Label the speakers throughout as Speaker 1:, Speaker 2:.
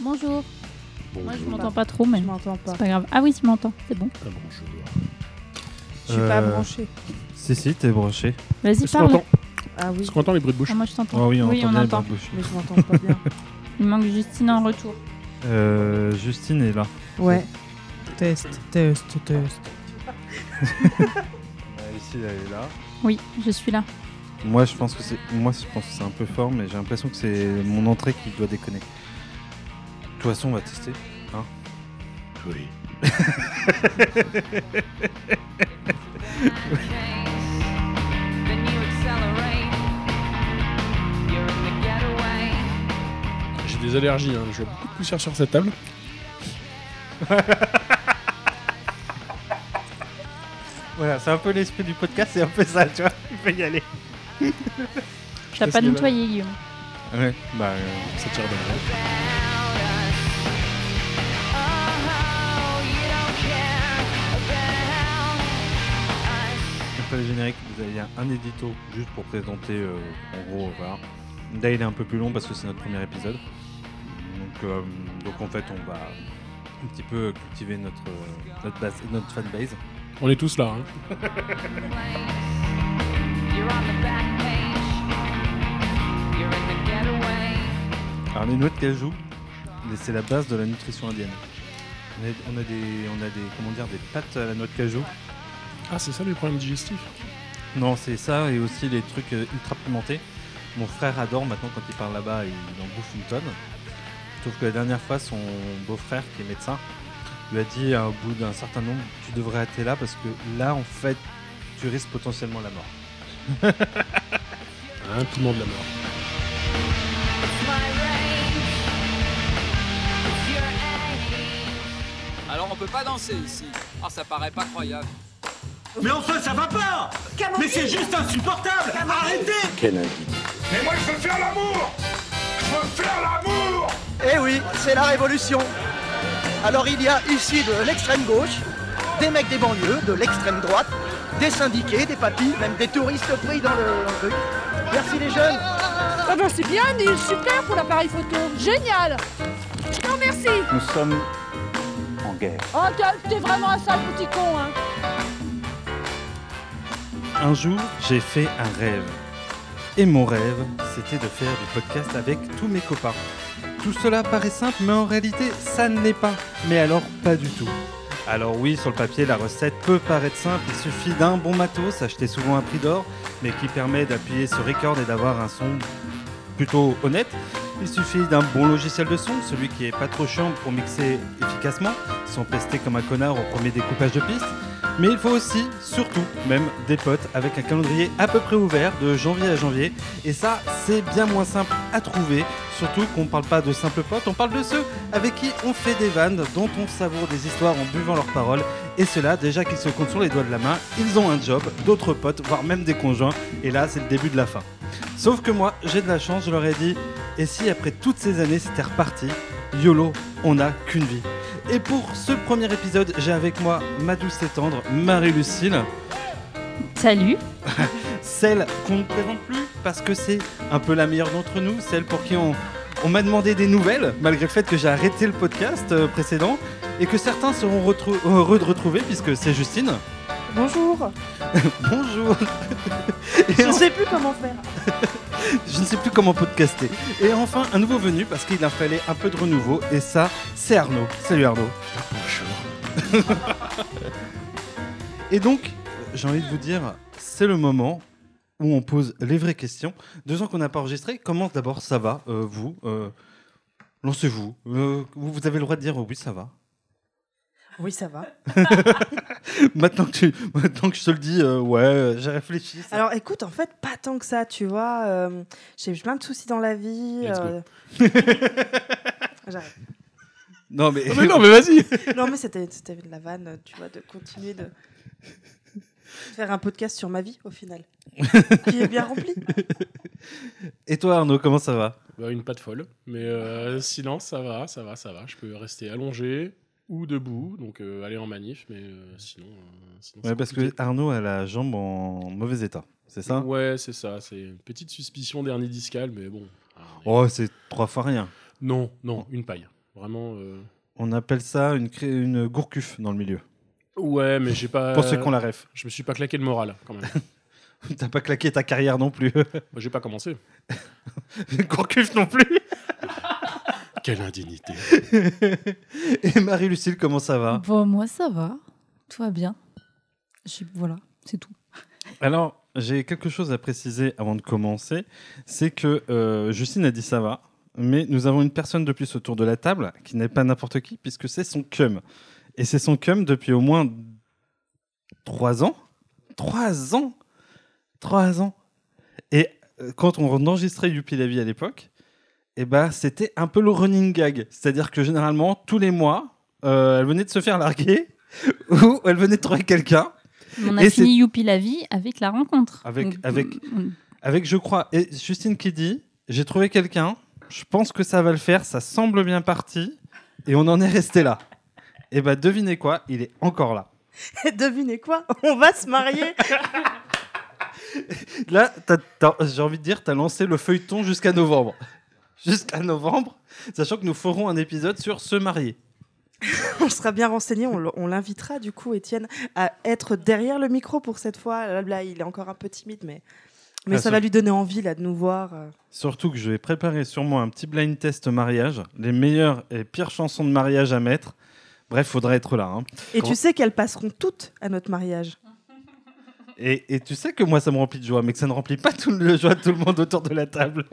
Speaker 1: Bonjour.
Speaker 2: Bonjour.
Speaker 1: Moi, je m'entends pas trop, mais
Speaker 3: Je m'entends pas.
Speaker 1: c'est pas grave. Ah oui, tu m'entends, c'est bon.
Speaker 2: Ah bon, je dois.
Speaker 3: Je suis pas
Speaker 4: Euh,
Speaker 3: branché.
Speaker 4: Si, si, t'es branché.
Speaker 1: Vas-y,
Speaker 2: Est-ce qu'on
Speaker 1: parle.
Speaker 2: entend-
Speaker 3: Ah oui,
Speaker 2: est-ce qu'on entend les bruits de bouche
Speaker 1: Ah, moi, je t'entends.
Speaker 4: Ah oui, on
Speaker 1: oui,
Speaker 4: entend
Speaker 1: on
Speaker 4: bien
Speaker 1: entend.
Speaker 4: les bruits de bouche.
Speaker 3: mais je m'entends pas bien.
Speaker 1: Il manque Justine en retour.
Speaker 4: Euh, Justine est là.
Speaker 3: Ouais.
Speaker 5: Test, test, test.
Speaker 4: Bah, ici, elle est là.
Speaker 1: Oui, je suis là.
Speaker 4: Moi, je pense que c'est, moi, je pense que c'est un peu fort, mais j'ai l'impression que c'est mon entrée qui doit déconner. De toute façon, on va tester.
Speaker 2: Oui.
Speaker 1: Ah.
Speaker 2: J'ai des allergies, hein. je vois beaucoup de poussière sur cette table.
Speaker 4: Voilà, c'est un peu l'esprit du podcast, c'est un peu ça, tu vois. Il faut y aller.
Speaker 1: T'as
Speaker 2: laisse
Speaker 1: pas
Speaker 2: les
Speaker 1: nettoyé, Guillaume.
Speaker 4: Ouais, bah, euh,
Speaker 2: Ça tire de l'eau.
Speaker 4: Après le générique, vous avez un édito juste pour présenter euh, en gros Over. Là, il est un peu plus long parce que c'est notre premier épisode. Donc, euh, donc en fait, on va un petit peu cultiver notre, euh, notre, base, notre fanbase.
Speaker 2: On est tous là. hein.
Speaker 4: Alors, les noix de cajou, c'est la base de la nutrition indienne. On a, on a des, on a des, comment dire, des pâtes à la noix de cajou.
Speaker 2: Ah, c'est ça les problèmes digestifs
Speaker 4: Non, c'est ça et aussi les trucs euh, ultra pimentés. Mon frère adore maintenant quand il part là-bas, il en bouffe une tonne. Sauf que la dernière fois, son beau-frère, qui est médecin, lui a dit à, au bout d'un certain nombre, tu devrais arrêter là parce que là, en fait, tu risques potentiellement la mort.
Speaker 2: Un piment de la mort.
Speaker 6: Alors on peut pas danser ici. Ah ça paraît pas croyable.
Speaker 7: Mais enfin, ça va pas Mais c'est juste insupportable Arrêtez
Speaker 8: Eh oui, c'est la révolution. Alors il y a ici de l'extrême gauche, des mecs des banlieues, de l'extrême droite, des syndiqués, des papis, même des touristes pris dans le dans le truc. Merci les jeunes.
Speaker 9: Ah ben c'est bien, Neil, super pour l'appareil photo. Génial Non merci
Speaker 10: Nous sommes en guerre.
Speaker 9: Oh t'es- t'es vraiment un sale petit con hein
Speaker 4: Un jour, j'ai fait un rêve. Et mon rêve, c'était de faire du podcast avec tous mes copains. Tout cela paraît simple, mais en réalité, ça ne l'est pas. Mais alors, pas du tout. Alors oui, sur le papier, la recette peut paraître simple. Il suffit d'un bon matos, acheté souvent à prix d'or, mais qui permet d'appuyer sur record et d'avoir un son plutôt honnête. Il suffit d'un bon logiciel de son, celui qui est pas trop chiant pour mixer efficacement, sans pester comme un connard au premier découpage de piste. Mais il faut aussi, surtout, même des potes avec un calendrier à peu près ouvert de janvier à janvier. Et ça, c'est bien moins simple à trouver. Surtout qu'on parle pas de simples potes, on parle de ceux avec qui on fait des vannes, dont on savoure des histoires en buvant leurs paroles. Et cela, déjà qu'ils se comptent sur les doigts de la main, ils ont un job, d'autres potes, voire même des conjoints. Et là, c'est le début de la fin. Sauf que moi, j'ai de la chance, je leur ai dit. Et si après toutes ces années, c'était reparti YOLO, on n'a qu'une vie. Et pour ce premier épisode, j'ai avec moi ma douce et tendre Marie-Lucille,
Speaker 1: Salut.
Speaker 4: celle qu'on ne présente plus parce que c'est un peu la meilleure d'entre nous, celle pour qui on, on m'a demandé des nouvelles, malgré le fait que j'ai arrêté le podcast euh, précédent et que certains seront retrou- heureux de retrouver puisque c'est Justine.
Speaker 3: Bonjour.
Speaker 4: Bonjour Et
Speaker 3: Je sais plus comment faire.
Speaker 4: Je ne sais plus comment podcaster. Et enfin, un nouveau venu parce qu'il en fallait un peu de renouveau. Et ça, c'est Arnaud. Salut Arnaud. Bonjour. et donc, j'ai envie de vous dire, c'est le moment où on pose les vraies questions. Deux ans qu'on n'a pas enregistré, comment d'abord ça va, euh, vous euh, Lancez-vous. Euh, vous vous avez le droit de dire euh, oui, ça va.
Speaker 3: Oui, ça va.
Speaker 4: maintenant, que tu- maintenant que je te le dis, euh, ouais, euh, j'ai réfléchi. ça-
Speaker 3: Alors écoute, en fait, pas tant que ça, tu vois. euh, J'ai eu plein de soucis dans la vie.
Speaker 2: Let's go.
Speaker 3: euh, J'arrête.
Speaker 4: Non, mais.
Speaker 2: mais non, mais vas-y
Speaker 3: Non, mais c'était c'était de la vanne, tu vois, de continuer de faire un podcast sur ma vie au final. Qui est bien rempli.
Speaker 4: Et toi, Arnaud, comment ça va
Speaker 2: Bah, Une patte folle. Mais euh, sinon, ça va, ça va, ça va. Je peux rester allongé ou debout, donc euh, aller en manif, mais euh, sinon. euh, sinon,
Speaker 4: Ouais,
Speaker 2: c'est
Speaker 4: parce que
Speaker 2: compliqué.
Speaker 4: Arnaud a la jambe en mauvais état, c'est ça
Speaker 2: Ouais, c'est ça. C'est une petite suspicion dernier discal, mais bon. Ah,
Speaker 4: Oh, c'est Oh, trois fois rien.
Speaker 2: Non, non, une paille. Vraiment. euh,
Speaker 4: On appelle ça une, cré- une gourcuffe dans le milieu.
Speaker 2: Ouais, mais j'ai pas.
Speaker 4: Pour ceux qui ont la ref.
Speaker 2: Je me suis pas claqué le moral quand même.
Speaker 4: T'as pas claqué ta carrière non plus.
Speaker 2: Bah, j'ai pas commencé.
Speaker 4: gourcuffe non plus.
Speaker 2: Quelle indignité.
Speaker 4: Et Marie-Lucille, comment ça va
Speaker 1: Bon, moi, ça va. Tout va bien. Je- Voilà, c'est tout.
Speaker 4: Alors, j'ai quelque chose à préciser avant de commencer. C'est que euh, Justine a dit ça va, mais nous avons une personne de plus autour de la table qui n'est pas n'importe qui, puisque c'est son cum. Et c'est son cum depuis au moins trois ans. Trois ans Trois ans Et euh, quand on enregistrait Youpi la vie à l'époque, eh ben, c'était un peu le running gag. C'est-à-dire que généralement, tous les mois, euh, elle venait de se faire larguer ou elle venait de trouver quelqu'un.
Speaker 1: On a
Speaker 4: Et c'est-
Speaker 1: fini Youpi la vie avec la rencontre.
Speaker 4: avec,
Speaker 1: Donc,
Speaker 4: avec,
Speaker 1: on-
Speaker 4: avec, je crois, et Justine qui dit J'ai trouvé quelqu'un, je pense que ça va le faire, ça semble bien parti, et on en est resté là. Et bah, devinez quoi, il est encore là.
Speaker 3: Devinez quoi On va se marier
Speaker 4: Là, t'as- t'as- j'ai envie de dire, t'as lancé le feuilleton jusqu'à novembre. Jusqu'à novembre, sachant que nous ferons un épisode sur se marier.
Speaker 3: On sera bien renseigné, on l- on l'invitera du coup, Étienne, à être derrière le micro pour cette fois. Là, là, il est encore un peu timide, mais, mais
Speaker 4: Ah,
Speaker 3: ça va
Speaker 4: ça-
Speaker 3: lui donner envie là, de nous voir. euh.
Speaker 4: Surtout que je vais préparer sûrement un petit blind test mariage, les meilleures et pires chansons de mariage à mettre. Bref, faudra être là. hein.
Speaker 3: Et
Speaker 4: Comment-
Speaker 3: tu sais qu'elles passeront toutes à notre mariage.
Speaker 4: Et, et tu sais que moi, ça me remplit de joie, mais que ça ne remplit pas tout le joie de tout le monde autour de la table.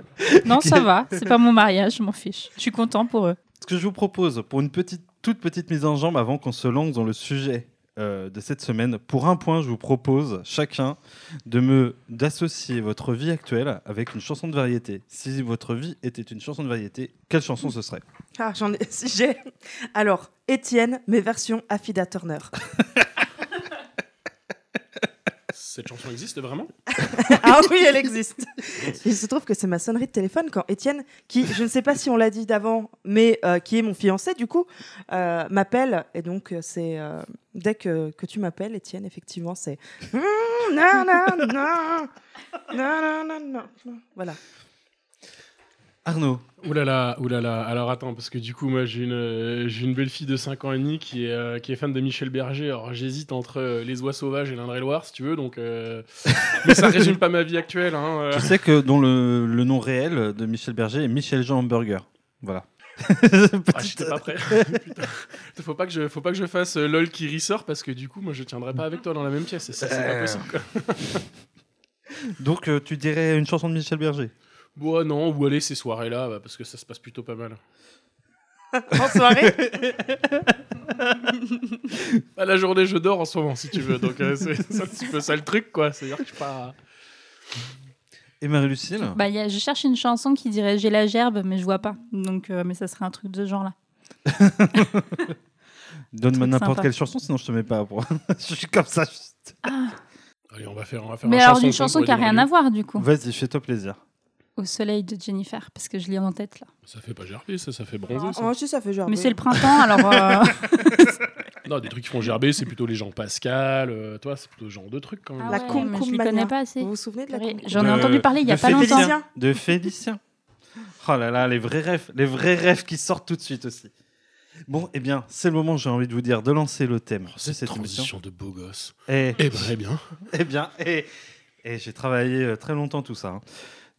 Speaker 1: Non, ça va. C'est pas mon mariage, je m'en fiche. Je suis content pour eux.
Speaker 4: Ce que je vous propose, pour une petite, toute petite mise en jambe avant qu'on se lance dans le sujet euh, de cette semaine, pour un point, je vous propose chacun de me d'associer votre vie actuelle avec une chanson de variété. Si votre vie était une chanson de variété, quelle chanson ce serait
Speaker 3: Ah, j'en ai. si j'ai. Alors, Étienne, mes versions Affida Turner.
Speaker 2: Cette chanson existe vraiment
Speaker 3: ah oui, elle existe. Il se trouve que c'est ma sonnerie de téléphone quand Étienne, qui, je ne sais pas si on l'a dit d'avant, mais euh, qui est mon fiancé du coup, euh, m'appelle. Et donc, euh, c'est euh, dès que, que tu m'appelles, Étienne, effectivement, c'est. Hmm, na, na, na. Na, na, na, na, na. Voilà.
Speaker 4: Arnaud.
Speaker 2: Ouh là là, ouh là là. Alors attends, parce que du coup, moi, j'ai une, euh, j'ai une belle fille de 5 ans et demi qui est, euh, qui est fan de Michel Berger. Alors j'hésite entre euh, Les Oies Sauvages et l'Indre-et-Loire, si tu veux. Donc, euh, mais ça résume pas ma vie actuelle. Hein, euh.
Speaker 4: Tu sais que dans le, le nom réel de Michel Berger est Michel Jean Hamburger. Voilà.
Speaker 2: Ah, j'étais pas prêt. Putain. faut pas que je, faut pas que je fasse euh, lol qui ressort parce que du coup, moi, je tiendrai pas avec toi dans la même pièce. Et ça, c'est pas
Speaker 4: Euh.
Speaker 2: possible. quoi.
Speaker 4: Donc euh, tu dirais une chanson de Michel Berger
Speaker 2: Bon, non, ou aller ces soirées-là, bah, parce que ça se passe plutôt pas mal.
Speaker 3: En soirée
Speaker 2: Bah, la journée, je dors en ce moment, si tu veux. Donc, euh, c'est c'est un petit peu ça le truc, quoi. C'est-à-dire que je suis pas.
Speaker 4: Et Marie-Lucille
Speaker 1: Bah, il y a- je cherche une chanson qui dirait J'ai la gerbe, mais je vois pas. Donc, euh, mais ça serait un truc de ce genre-là.
Speaker 4: Donne-moi
Speaker 1: truc
Speaker 4: n'importe
Speaker 1: sympa.
Speaker 4: quelle chanson, sinon je te mets pas à point. je suis comme ça.
Speaker 2: Allez, on va faire, on va faire
Speaker 1: Mais
Speaker 2: un
Speaker 1: alors,
Speaker 2: chanson
Speaker 1: d'une chanson
Speaker 2: concours,
Speaker 1: qui a rien
Speaker 2: dis-moi.
Speaker 1: à voir, du coup.
Speaker 4: Vas-y, fais-toi plaisir.
Speaker 1: Au soleil de Jennifer, parce que je l'ai en tête, là.
Speaker 2: Ça fait pas gerber, ça, ça fait bronzer. ça.
Speaker 3: Oh, si, ça fait genre.
Speaker 1: Mais c'est le printemps, alors. euh,
Speaker 2: Non, des trucs qui font gerber, c'est plutôt les gens Pascal, euh, toi, c'est plutôt ce genre de trucs quand même.
Speaker 1: Ah
Speaker 3: La
Speaker 1: ouais, mais
Speaker 3: Concombre
Speaker 1: je ne
Speaker 3: Mania.
Speaker 1: connais pas assez.
Speaker 3: Vous vous souvenez de la
Speaker 1: Purée,
Speaker 3: Concombre
Speaker 1: J'en ai
Speaker 4: De-
Speaker 1: entendu parler il y a
Speaker 4: de
Speaker 1: pas
Speaker 4: Félicien.
Speaker 1: longtemps.
Speaker 4: De Félicien. Oh là là, les vrais rêves, les vrais rêves qui sortent tout de suite aussi. Bon, eh bien, c'est le moment, j'ai envie de vous dire, de lancer le thème
Speaker 2: Oh,
Speaker 4: de cette émission.
Speaker 2: de beau gosse.
Speaker 4: Et,
Speaker 2: Eh ben, eh bien.
Speaker 4: eh bien, et, et j'ai travaillé euh, très longtemps tout ça. hein.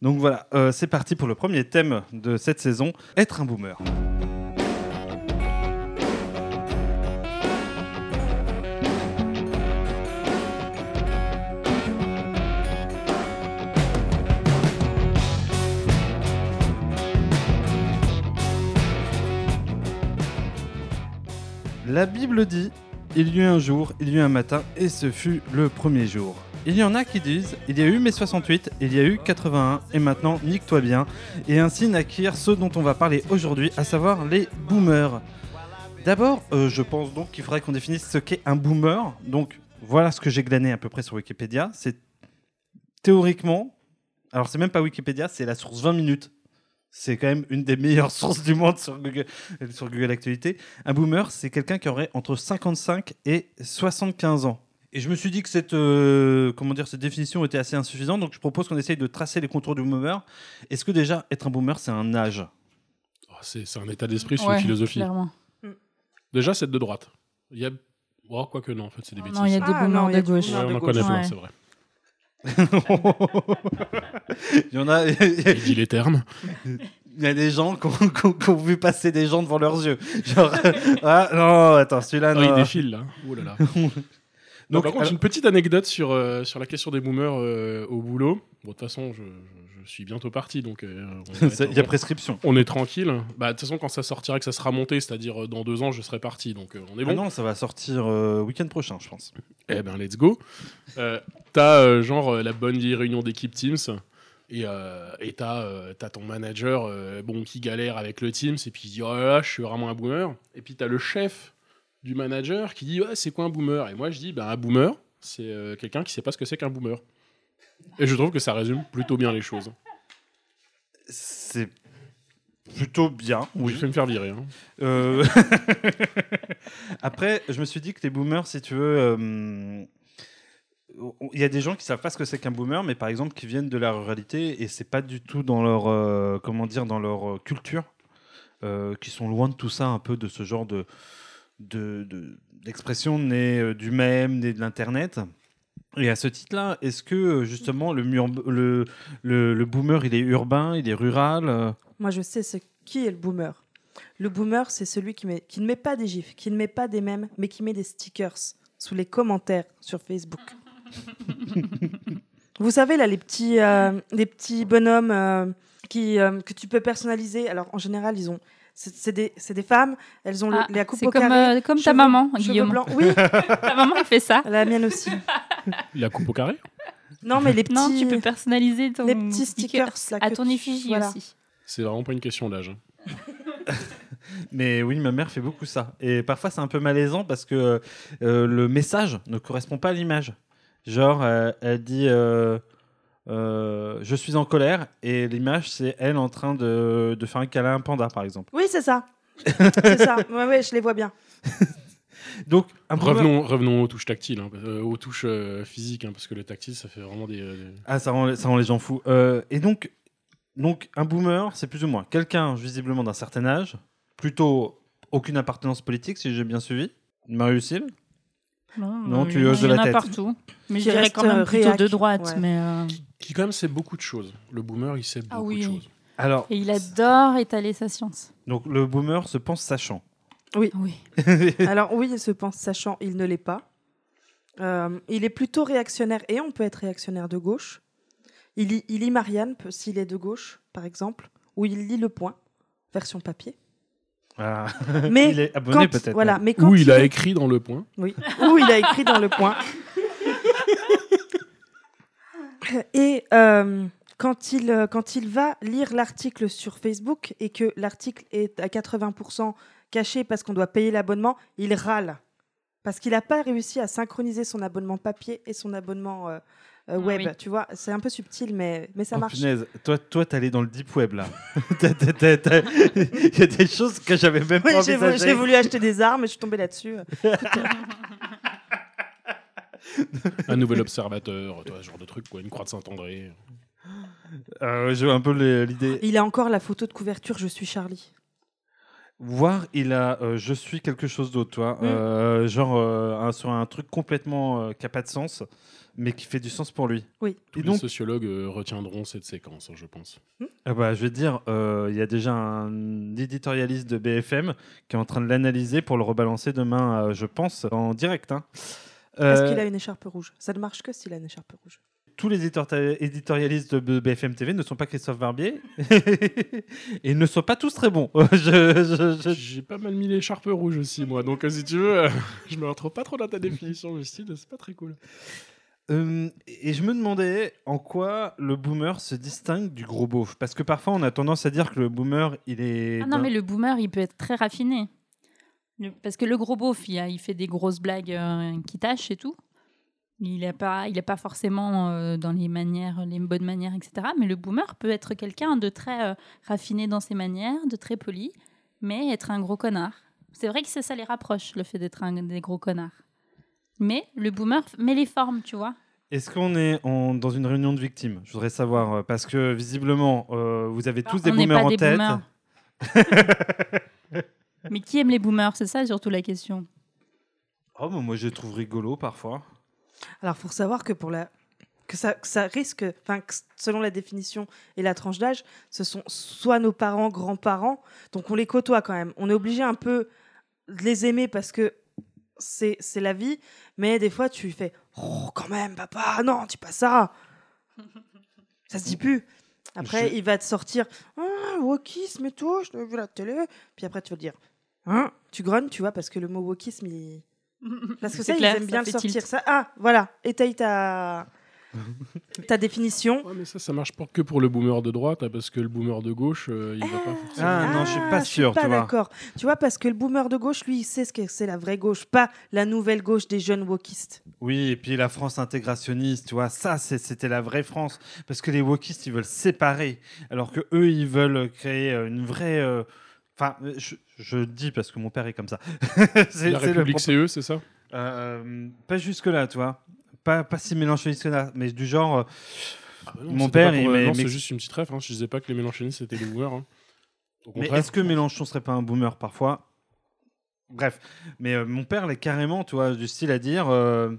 Speaker 4: Donc voilà, euh, c'est parti pour le premier thème de cette saison, être un boomer. La Bible dit Il y eut un jour, il y eut un matin, et ce fut le premier jour. Il y en a qui disent Il y a eu mai 68, il y a eu 81, et maintenant nique-toi bien. Et ainsi naquirent ceux dont on va parler aujourd'hui, à savoir les boomers. D'abord, euh, je pense donc qu'il faudrait qu'on définisse ce qu'est un boomer. Donc voilà ce que j'ai glané à peu près sur Wikipédia. C'est théoriquement, alors c'est même pas Wikipédia, c'est la source 20 minutes. C'est quand même une des meilleures sources du monde sur Google, sur Google Actualité. Un boomer, c'est quelqu'un qui aurait entre 55 et 75 ans. Et je me suis dit que cette, euh, comment dire, cette définition était assez insuffisante, donc je propose qu'on essaye de tracer les contours du boomer. Est-ce que déjà être un boomer, c'est un âge
Speaker 2: Oh, c'est c'est un état d'esprit, c'est
Speaker 1: Ouais,
Speaker 2: une philosophie.
Speaker 1: clairement.
Speaker 2: Déjà, c'est de droite. Il y a. Oh, quoi que non, en fait, c'est des bêtises.
Speaker 1: Non, il y a des
Speaker 3: Ah,
Speaker 1: boomers
Speaker 3: non, il y
Speaker 1: de
Speaker 3: a des
Speaker 1: gauche.
Speaker 2: Ouais,
Speaker 3: boomers
Speaker 2: on en
Speaker 3: de
Speaker 1: gauche.
Speaker 2: connaît plein,
Speaker 1: Ouais.
Speaker 2: c'est vrai.
Speaker 4: Il y en a, il
Speaker 2: Il dit les termes.
Speaker 4: y a des gens qui ont, qui ont- qui ont vu passer des gens devant leurs yeux. Genre, ah non, attends, celui-là,
Speaker 2: Ah, il
Speaker 4: non.
Speaker 2: défile là. Oh là là. Non,
Speaker 4: Euh. Donc,
Speaker 2: par contre,
Speaker 4: alors-
Speaker 2: une petite anecdote sur, euh, sur la question des boomers euh, au boulot. Bon, de toute façon, je, je- je suis bientôt parti, donc euh, on va
Speaker 4: Ça,
Speaker 2: être-
Speaker 4: Il y a prescription.
Speaker 2: on est tranquille. Bah, de toute façon, quand ça sortira, que ça sera monté, c'est-à-dire euh, dans deux ans, je serai parti, donc euh, on est
Speaker 4: Ah
Speaker 2: bon.
Speaker 4: non, ça va sortir euh, week-end prochain, je pense.
Speaker 2: Eh ben, let's go. Euh, t'as euh, genre euh, la bonne vieille réunion d'équipe Teams. Et euh, et t'as euh, t'as ton manager euh, bon, qui galère avec le Teams et puis il dit Oh là là, je suis vraiment un boomer. Et puis t'as le chef du manager qui dit Ouais, C'est quoi un boomer Et moi je dis bah, Un boomer, c'est euh, quelqu'un qui sait pas ce que c'est qu'un boomer. Et je trouve que ça résume plutôt bien les choses.
Speaker 4: C'est plutôt bien,
Speaker 2: Oui. Je vais me faire virer. hein.
Speaker 4: Euh, Après, je me suis dit que les boomers, si tu veux, euh, on- il y a des gens qui savent pas ce que c'est qu'un boomer, mais par exemple qui viennent de la ruralité et c'est pas du tout dans leur euh, comment dire dans leur euh, culture, euh, qui sont loin de tout ça, un peu de ce genre de de- de- d'expression née euh, du même, née de l'internet. Et à ce titre-là, est-ce que euh, justement le, mur- le, le, le boomer, il est urbain, il est rural euh,
Speaker 3: Moi, je sais ce qui est le boomer. Le boomer, c'est celui qui, met- qui ne met pas des gifs, qui ne met pas des mèmes, mais qui met des stickers sous les commentaires sur Facebook. Vous savez, là, les petits, euh, les petits bonhommes euh, qui, euh, que tu peux personnaliser. Alors, en général, ils ont. C'est c'est des, c'est des femmes, elles ont le-
Speaker 1: Ah,
Speaker 3: la coupe
Speaker 1: c'est
Speaker 3: au
Speaker 1: comme,
Speaker 3: carré.
Speaker 1: euh, comme ta
Speaker 3: cheveux-
Speaker 1: maman,
Speaker 3: Cheveux
Speaker 1: Guillaume.
Speaker 3: blancs. Oui,
Speaker 1: Ta maman, elle fait ça.
Speaker 3: la mienne aussi.
Speaker 2: La coupe au carré
Speaker 3: Non, mais les petits,
Speaker 1: Non, tu peux personnaliser ton
Speaker 3: les petits stickers. là,
Speaker 1: à
Speaker 3: que
Speaker 1: ton
Speaker 3: tu-
Speaker 1: effigie
Speaker 3: voilà.
Speaker 1: aussi.
Speaker 2: C'est vraiment pas une question d'âge. hein.
Speaker 4: Mais oui, ma mère fait beaucoup ça. Et parfois, c'est un peu malaisant parce que euh, le message ne correspond pas à l'image. Genre, euh, elle dit euh, euh, Je suis en colère, et l'image, c'est elle en train de, de faire un câlin à un panda, par exemple.
Speaker 3: Oui, c'est ça. c'est ça. Ouais, ouais, je les vois bien.
Speaker 4: Donc, un boomer-
Speaker 2: Revenons, revenons aux touches tactiles, hein, euh, aux touches euh, physiques, hein, parce que le tactile, ça fait vraiment des. euh, des-
Speaker 4: Ah, ça rend, ça rend les gens fous. Euh, et donc, donc, un boomer, c'est plus ou moins quelqu'un, visiblement, d'un certain âge, plutôt aucune appartenance politique, si j'ai bien suivi. Marius Hill
Speaker 1: Non,
Speaker 4: Non,
Speaker 1: il
Speaker 4: tu
Speaker 1: y en a-
Speaker 4: hausses de
Speaker 1: il y
Speaker 4: la
Speaker 1: en a
Speaker 4: tête.
Speaker 1: partout. Mais
Speaker 3: Qui
Speaker 1: je dirais
Speaker 3: reste,
Speaker 1: quand même
Speaker 3: euh,
Speaker 1: plutôt
Speaker 3: réac.
Speaker 1: de droite.
Speaker 3: Ouais.
Speaker 1: Mais, euh,
Speaker 2: Qui, quand même, sait beaucoup de choses. Le boomer, il sait beaucoup
Speaker 1: Ah oui.
Speaker 2: de choses.
Speaker 4: Alors,
Speaker 1: Et il adore étaler sa science.
Speaker 4: donc, le boomer se pense sachant.
Speaker 1: Oui.
Speaker 3: Alors oui, il se pense sachant, il ne l'est pas. Euh, il est plutôt réactionnaire et on peut être réactionnaire de gauche. Il lit, il lit Marianne peu- s'il est de gauche, par exemple, ou il lit Le Point, version papier.
Speaker 4: Ah.
Speaker 3: Mais
Speaker 4: il est abonné
Speaker 3: Quand,
Speaker 4: peut-être.
Speaker 3: voilà,
Speaker 4: même.
Speaker 3: mais quand
Speaker 2: Où il a écrit dans le point.
Speaker 3: oui, où il a écrit dans Le Point. Et euh, quand, il, euh, quand il va lire l'article sur Facebook et que l'article est à 80% caché parce qu'on doit payer l'abonnement, il râle. Parce qu'il n'a pas réussi à synchroniser son abonnement papier et son abonnement euh, euh, web.
Speaker 1: Oui.
Speaker 3: Tu vois, c'est un peu subtil, mais, mais ça
Speaker 4: Oh,
Speaker 3: marche.
Speaker 4: punaise. Toi, toi, t'es allé dans le deep web là. T'as- t'as- t'as- t'as- Il y a des choses que j'avais même
Speaker 3: Oui,
Speaker 4: pas
Speaker 3: j'ai voulu, j'ai
Speaker 4: envisagées.
Speaker 3: voulu acheter des armes et je suis tombée là-dessus.
Speaker 2: Un nouvel observateur, toi, ce genre de truc, quoi. Une croix de Saint-André.
Speaker 4: Euh, je vois un peu les- l'idée.
Speaker 3: Il a encore la photo de couverture Je suis Charlie.
Speaker 4: Voir, il a, euh, je suis quelque chose d'autre, toi.
Speaker 3: Mm.
Speaker 4: Euh, genre euh, un- sur un truc complètement euh, qui a pas de sens, mais qui fait du sens pour lui.
Speaker 3: Oui.
Speaker 2: Tous
Speaker 4: Et
Speaker 2: les
Speaker 4: donc,
Speaker 2: sociologues euh, retiendront cette séquence, hein, je pense.
Speaker 4: ah bah, je vais te dire, euh, il y a déjà un éditorialiste de BFM qui est en train de l'analyser pour le rebalancer demain, euh, je pense, en direct. hein.
Speaker 3: Est-ce
Speaker 4: Euh,
Speaker 3: qu'il a une écharpe rouge Ça ne marche que s'il a une écharpe rouge.
Speaker 4: tous les éditori- éditorialistes de BFM TV ne sont pas Christophe Barbier et ils ne sont pas tous très bons. Je- je- je-
Speaker 2: J'ai pas mal mis l'écharpe rouge aussi, moi. Donc, euh, si tu veux, euh, je me retrouve pas trop dans ta définition, Justine. C'est pas très cool.
Speaker 4: Euh, et je me demandais en quoi le boomer se distingue du gros beauf. Parce que parfois, on a tendance à dire que le boomer, il est.
Speaker 1: Ah non,
Speaker 4: d'un-
Speaker 1: mais le boomer, il peut être très raffiné. Le- Parce que le gros beauf, il, a- il fait des grosses blagues euh, qui tâchent et tout. Il n'est pas, il est pas forcément euh, dans les manières, les bonnes manières, etc. Mais le boomer peut être quelqu'un de très euh, raffiné dans ses manières, de très poli, mais être un gros connard. C'est vrai que ça, ça les rapproche, le fait d'être un des gros connards. Mais le boomer f- met les formes, tu vois.
Speaker 4: Est-ce qu'on est en- dans une réunion de victimes Je voudrais savoir. euh, Parce que visiblement, euh, vous avez tous des
Speaker 1: Bah, on n'est
Speaker 4: boomers
Speaker 1: pas
Speaker 4: en
Speaker 1: des
Speaker 4: tête.
Speaker 1: boomers. Mais qui aime les boomers C'est ça surtout la question.
Speaker 4: Oh, mais moi, je les trouve rigolo parfois.
Speaker 3: Alors, faut savoir que pour la que ça, que ça risque, enfin, que s- selon la définition et la tranche d'âge, ce sont soit nos parents, grands-parents, donc on les côtoie quand même. On est obligé un peu de les aimer parce que c'est c'est la vie, mais des fois tu fais oh quand même papa, non, dis pas ça, ça se dit plus. Après,
Speaker 4: Je-
Speaker 3: il va te sortir ah, wokisme et tout, je t'ai vu à la télé, puis après tu vas le dire hein, tu grognes, tu vois, parce que le mot wokisme il parce que
Speaker 1: C'est
Speaker 3: ça,
Speaker 1: clair,
Speaker 3: ils aiment
Speaker 1: ça
Speaker 3: bien le
Speaker 1: fait
Speaker 3: sortir.
Speaker 1: tilt.
Speaker 3: Ça, ah, voilà, étaye ta, ta définition.
Speaker 2: mais ça, ça marche pas que pour le boomer de droite, hein, parce que le boomer de gauche, euh, il va pas forcément.
Speaker 4: Ah, non, je suis pas sûr,
Speaker 3: Pas
Speaker 4: tu vois.
Speaker 3: d'accord. Tu vois, parce que le boomer de gauche, lui, il sait ce que c'est la vraie gauche, pas la nouvelle gauche des jeunes wokistes.
Speaker 4: Oui, et puis la France intégrationniste, tu vois, ça, c'est- c'était la vraie France. Parce que les wokistes, ils veulent séparer, alors que eux, ils veulent créer euh, une vraie. euh, Enfin, euh, je, je dis parce que mon père est comme ça.
Speaker 2: La
Speaker 4: C'est- c'est le
Speaker 2: République, E,
Speaker 4: propos-
Speaker 2: c'est eux, c'est ça
Speaker 4: Euh, pas jusque-là, tu vois. Pas, pas si mélancholique que là, mais du genre. euh,
Speaker 2: Ah non,
Speaker 4: mon
Speaker 2: c'était
Speaker 4: père,
Speaker 2: pas
Speaker 4: il
Speaker 2: pour-
Speaker 4: m'est-
Speaker 2: non,
Speaker 4: m'ex-
Speaker 2: c'est juste une petite ref. Hein. Je disais pas que les Mélenchonistes c'était les boomers. hein. Au
Speaker 4: Mais
Speaker 2: contraire.
Speaker 4: est-ce que Mélenchon serait pas un boomer parfois Bref, mais euh, mon père l'est carrément, tu vois, du style à dire, euh,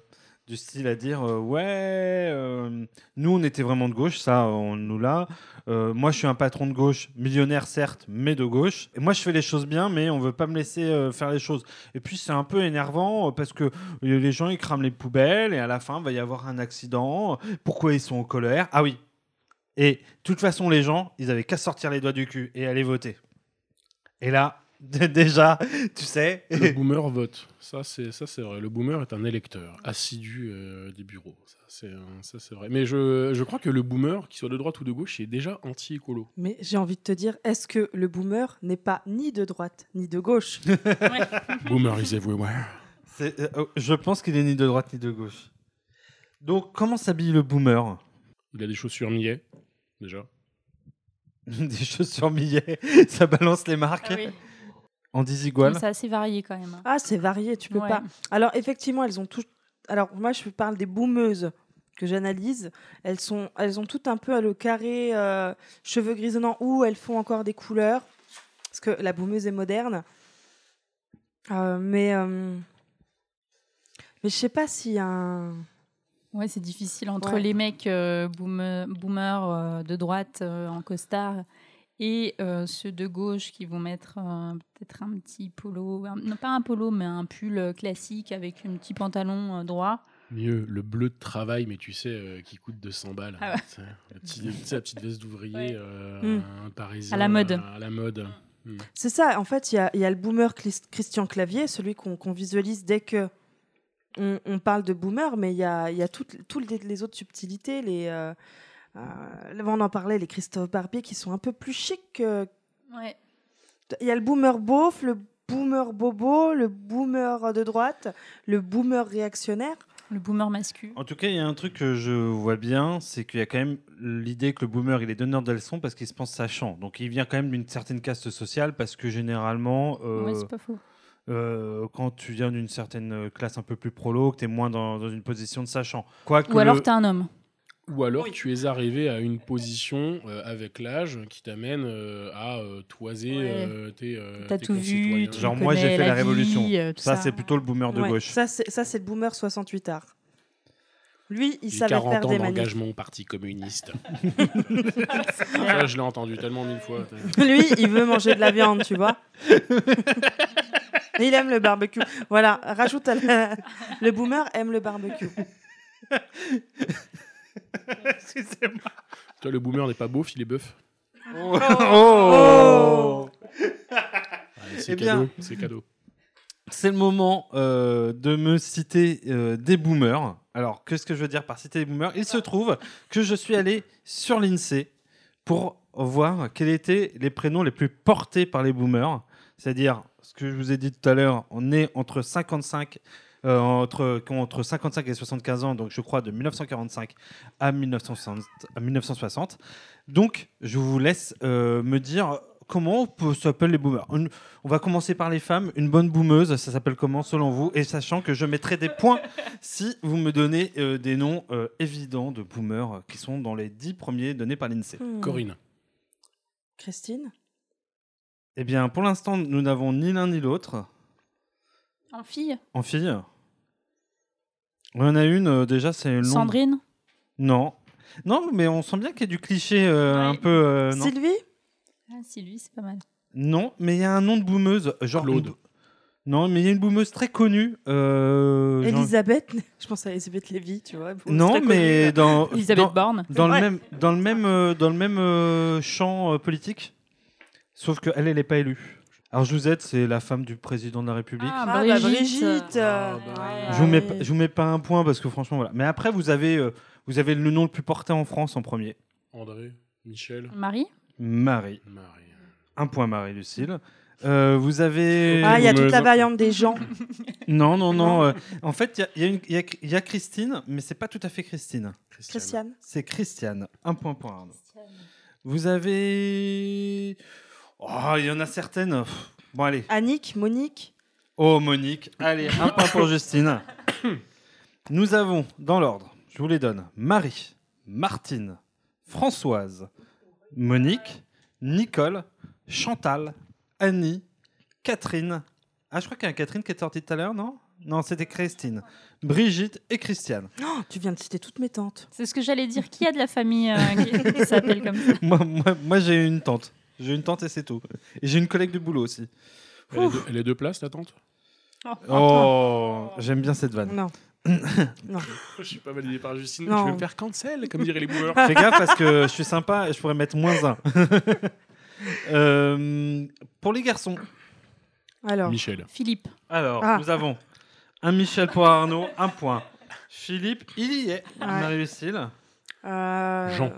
Speaker 4: du style à dire, euh, ouais, euh, nous on était vraiment de gauche, ça on nous l'a. Euh, moi je suis un patron de gauche, millionnaire certes, mais de gauche. Et moi je fais les choses bien, mais on veut pas me laisser euh, faire les choses. Et puis c'est un peu énervant euh, parce que euh, les gens ils crament les poubelles et à la fin va y avoir un accident. Pourquoi ils sont en colère Ah oui. Et de toute façon les gens, ils avaient qu'à sortir les doigts du cul et aller voter. Et là, déjà, tu sais.
Speaker 2: Le boomer vote. Ça, c'est ça, c'est vrai. Le boomer est un électeur assidu euh, des bureaux. Ça, c'est un- ça, c'est vrai. Mais je, je crois que le boomer, qu'il soit de droite ou de gauche, il est déjà anti-écolo.
Speaker 3: Mais j'ai envie de te dire, est-ce que le boomer n'est pas ni de droite ni de gauche
Speaker 2: boomer is everywhere.
Speaker 4: C'est- euh, euh, je pense qu'il est ni de droite ni de gauche. Donc, comment s'habille le boomer
Speaker 2: Il a des chaussures millet, déjà.
Speaker 4: Des chaussures millet, ça balance les marques.
Speaker 1: Ah oui.
Speaker 4: En
Speaker 1: Mais
Speaker 4: disigual.
Speaker 1: C'est assez varié quand même.
Speaker 3: Ah, c'est varié, tu peux
Speaker 1: Ouais.
Speaker 3: pas. Alors, effectivement, elles ont tout. Alors, moi, je parle des boumeuses que j'analyse. Elles, sont... elles ont toutes un peu le carré euh, cheveux grisonnants ou elles font encore des couleurs. Parce que la boumeuse est moderne. Euh, mais. euh, Mais je sais pas si un.
Speaker 1: Ouais, c'est difficile entre
Speaker 3: Ouais.
Speaker 1: les mecs euh, boomer- boomers euh, de droite euh, en costard et euh, ceux de gauche qui vont mettre euh, peut-être un petit polo, un- non pas un polo, mais un pull euh, classique avec un petit pantalon euh, droit.
Speaker 2: Mieux, le bleu de travail, mais tu sais, euh, qui coûte 200 balles. hein,
Speaker 1: Ah ouais.
Speaker 2: Tu sais, le petit- tu sais, la petite veste d'ouvrier
Speaker 1: Ouais. Hmm.
Speaker 2: euh,
Speaker 3: Mm.
Speaker 2: un parisien.
Speaker 1: À la mode.
Speaker 2: euh, À la mode. Mm.
Speaker 3: C'est ça, en fait, il y a- il y, a le boomer Clis- Christian Clavier, celui qu'on qu'on visualise dès que on, on parle de boomer, mais il y a, il y a toutes toutes les, les autres subtilités, les, euh, euh, on en parlait, les Christophe Barbier qui sont un peu plus chics. que-
Speaker 1: Ouais.
Speaker 3: Il y a le boomer beauf, le boomer bobo, le boomer de droite, le boomer réactionnaire.
Speaker 1: Le boomer masculin.
Speaker 4: En tout cas, il y a un truc que je vois bien, c'est qu'il y a quand même l'idée que le boomer, il est donneur de leçons parce qu'il se pense sachant. Donc, il vient quand même d'une certaine caste sociale parce que généralement, euh,
Speaker 1: Ouais, c'est pas faux.
Speaker 4: euh, quand tu viens d'une certaine classe un peu plus prolo, que tu es moins dans, dans une position de sachant. Quoi que
Speaker 1: Ou alors
Speaker 4: le-
Speaker 1: t'es un homme.
Speaker 2: Ou alors tu es arrivé à une position euh, avec l'âge qui t'amène euh, à euh, toiser
Speaker 1: Ouais.
Speaker 2: euh, tes, euh,
Speaker 1: T'as
Speaker 2: tes
Speaker 1: tout vu.
Speaker 2: concitoyens.
Speaker 1: tu
Speaker 4: Genre, moi, j'ai
Speaker 1: connais
Speaker 4: fait la
Speaker 1: vie,
Speaker 4: révolution.
Speaker 1: euh, tout
Speaker 4: ça, c'est plutôt le boomer de
Speaker 3: Ouais,
Speaker 4: gauche.
Speaker 3: Ça, c'est ça, c'est le boomer 68 art. Lui, il
Speaker 2: J'ai
Speaker 3: savait
Speaker 2: 40
Speaker 3: faire
Speaker 2: ans
Speaker 3: des manifs.
Speaker 2: d'engagement au Parti communiste. Ça, je l'ai entendu tellement mille fois.
Speaker 3: Lui, il veut manger de la viande, tu vois. il aime le barbecue. Voilà, rajoute à la- le boomer aime le barbecue.
Speaker 4: Excusez-moi.
Speaker 2: Toi, le boomer n'est pas beauf, il est bœuf.
Speaker 4: Oh,
Speaker 3: Oh.
Speaker 2: Allez, c'est
Speaker 4: Eh bien.
Speaker 2: cadeau. C'est cadeau.
Speaker 4: C'est le moment euh, de me citer euh, des boomers. Alors, qu'est-ce que je veux dire par citer des boomers Il se trouve que je suis allé sur l'INSEE pour voir quels étaient les prénoms les plus portés par les boomers. C'est-à-dire, ce que je vous ai dit tout à l'heure, on est entre 55, euh, entre, qu'ont entre 55 et 75 ans, donc je crois de 1945 à 1960. à 1960. Donc, je vous laisse euh, me dire comment on peut- s'appellent les boomers. Une- on va commencer par les femmes. Une bonne boumeuse, ça s'appelle comment selon vous Et sachant que je mettrai des points si vous me donnez euh, des noms euh, évidents de boomers euh, qui sont
Speaker 3: Oh.
Speaker 4: dans les 10 premiers donnés par l'INSEE.
Speaker 3: Hmm.
Speaker 2: Corinne.
Speaker 3: Christine
Speaker 4: Eh bien, pour l'instant, nous n'avons ni l'un ni l'autre
Speaker 1: En fille
Speaker 4: en fille. Il y en a une, euh, déjà, c'est une longue-
Speaker 1: Sandrine
Speaker 4: Non. Non, mais on sent bien qu'il y a du cliché euh, un peu. euh, non.
Speaker 3: Sylvie
Speaker 1: Ah, si, lui, c'est pas mal.
Speaker 4: Euh, Non, mais il y a un nom de boumeuse. Genre
Speaker 2: Claude.
Speaker 4: une- Non, mais il y a une boumeuse très connue. euh, genre-
Speaker 3: Elisabeth Je pense à Elisabeth Lévy, tu vois. pour-
Speaker 4: Non,
Speaker 3: très
Speaker 4: mais
Speaker 3: connue.
Speaker 4: dans.
Speaker 1: Elisabeth
Speaker 4: dans-
Speaker 1: Borne
Speaker 4: dans le
Speaker 3: Ouais.
Speaker 4: même dans le même euh, dans le même euh, champ euh, politique sauf que elle elle n'est pas élue alors je vous aide c'est la femme du président de la République
Speaker 1: Ah,
Speaker 3: Ah, bah,
Speaker 1: Brigitte.
Speaker 3: Brigitte euh,
Speaker 2: Ah, bah,
Speaker 4: je vous mets pas-
Speaker 3: oui.
Speaker 4: je vous mets pas un point parce que franchement voilà mais après vous avez euh, vous avez le nom le plus porté en France en premier
Speaker 2: André, Michel,
Speaker 1: Marie
Speaker 4: Marie
Speaker 2: Marie.
Speaker 4: un point Marie Lucille Euh, vous avez
Speaker 3: Ah, il y a
Speaker 2: Mais
Speaker 3: toute la
Speaker 2: non.
Speaker 3: variante des gens.
Speaker 4: non non non euh, en fait il y a- il y, a une- il y a- il y a Christine mais c'est pas tout à fait Christine
Speaker 2: Christiane.
Speaker 3: Christiane.
Speaker 4: c'est Christiane un point pour Arnaud Vous avez. Oh, il y en a certaines. Pff, Bon, allez.
Speaker 3: Annick, Monique.
Speaker 4: Oh, Monique. Allez, un point pour Justine. Nous avons, dans l'ordre, je vous les donne Marie, Martine, Françoise, Monique, Nicole, Chantal, Annie, Catherine. Ah, je crois qu'il y a Catherine qui est sortie tout à l'heure, non Non, c'était Christine. Brigitte et Christiane.
Speaker 3: Oh, tu viens de citer toutes mes tantes.
Speaker 1: C'est ce que j'allais dire. Qui a de la famille euh, qui, qui s'appelle comme ça
Speaker 4: moi, moi, moi, j'ai une tante. J'ai une tante et c'est tout. Et j'ai une collègue de boulot aussi.
Speaker 2: Elle est, deux, elle est deux places, la tante
Speaker 4: Oh, j'aime bien cette vanne.
Speaker 3: Non.
Speaker 2: Je suis pas validé par Justine.
Speaker 3: Non.
Speaker 2: Je vais me faire cancel, comme diraient les boomers.
Speaker 4: Fais gaffe parce que je suis sympa et je pourrais mettre moins un. Euh, pour les garçons,
Speaker 3: Alors,
Speaker 2: Michel.
Speaker 1: Philippe.
Speaker 4: alors,
Speaker 3: Ah.
Speaker 4: nous avons un Michel pour Arnaud, un point. Philippe, il y est. Marie-Lucille.
Speaker 3: euh,
Speaker 2: Jean.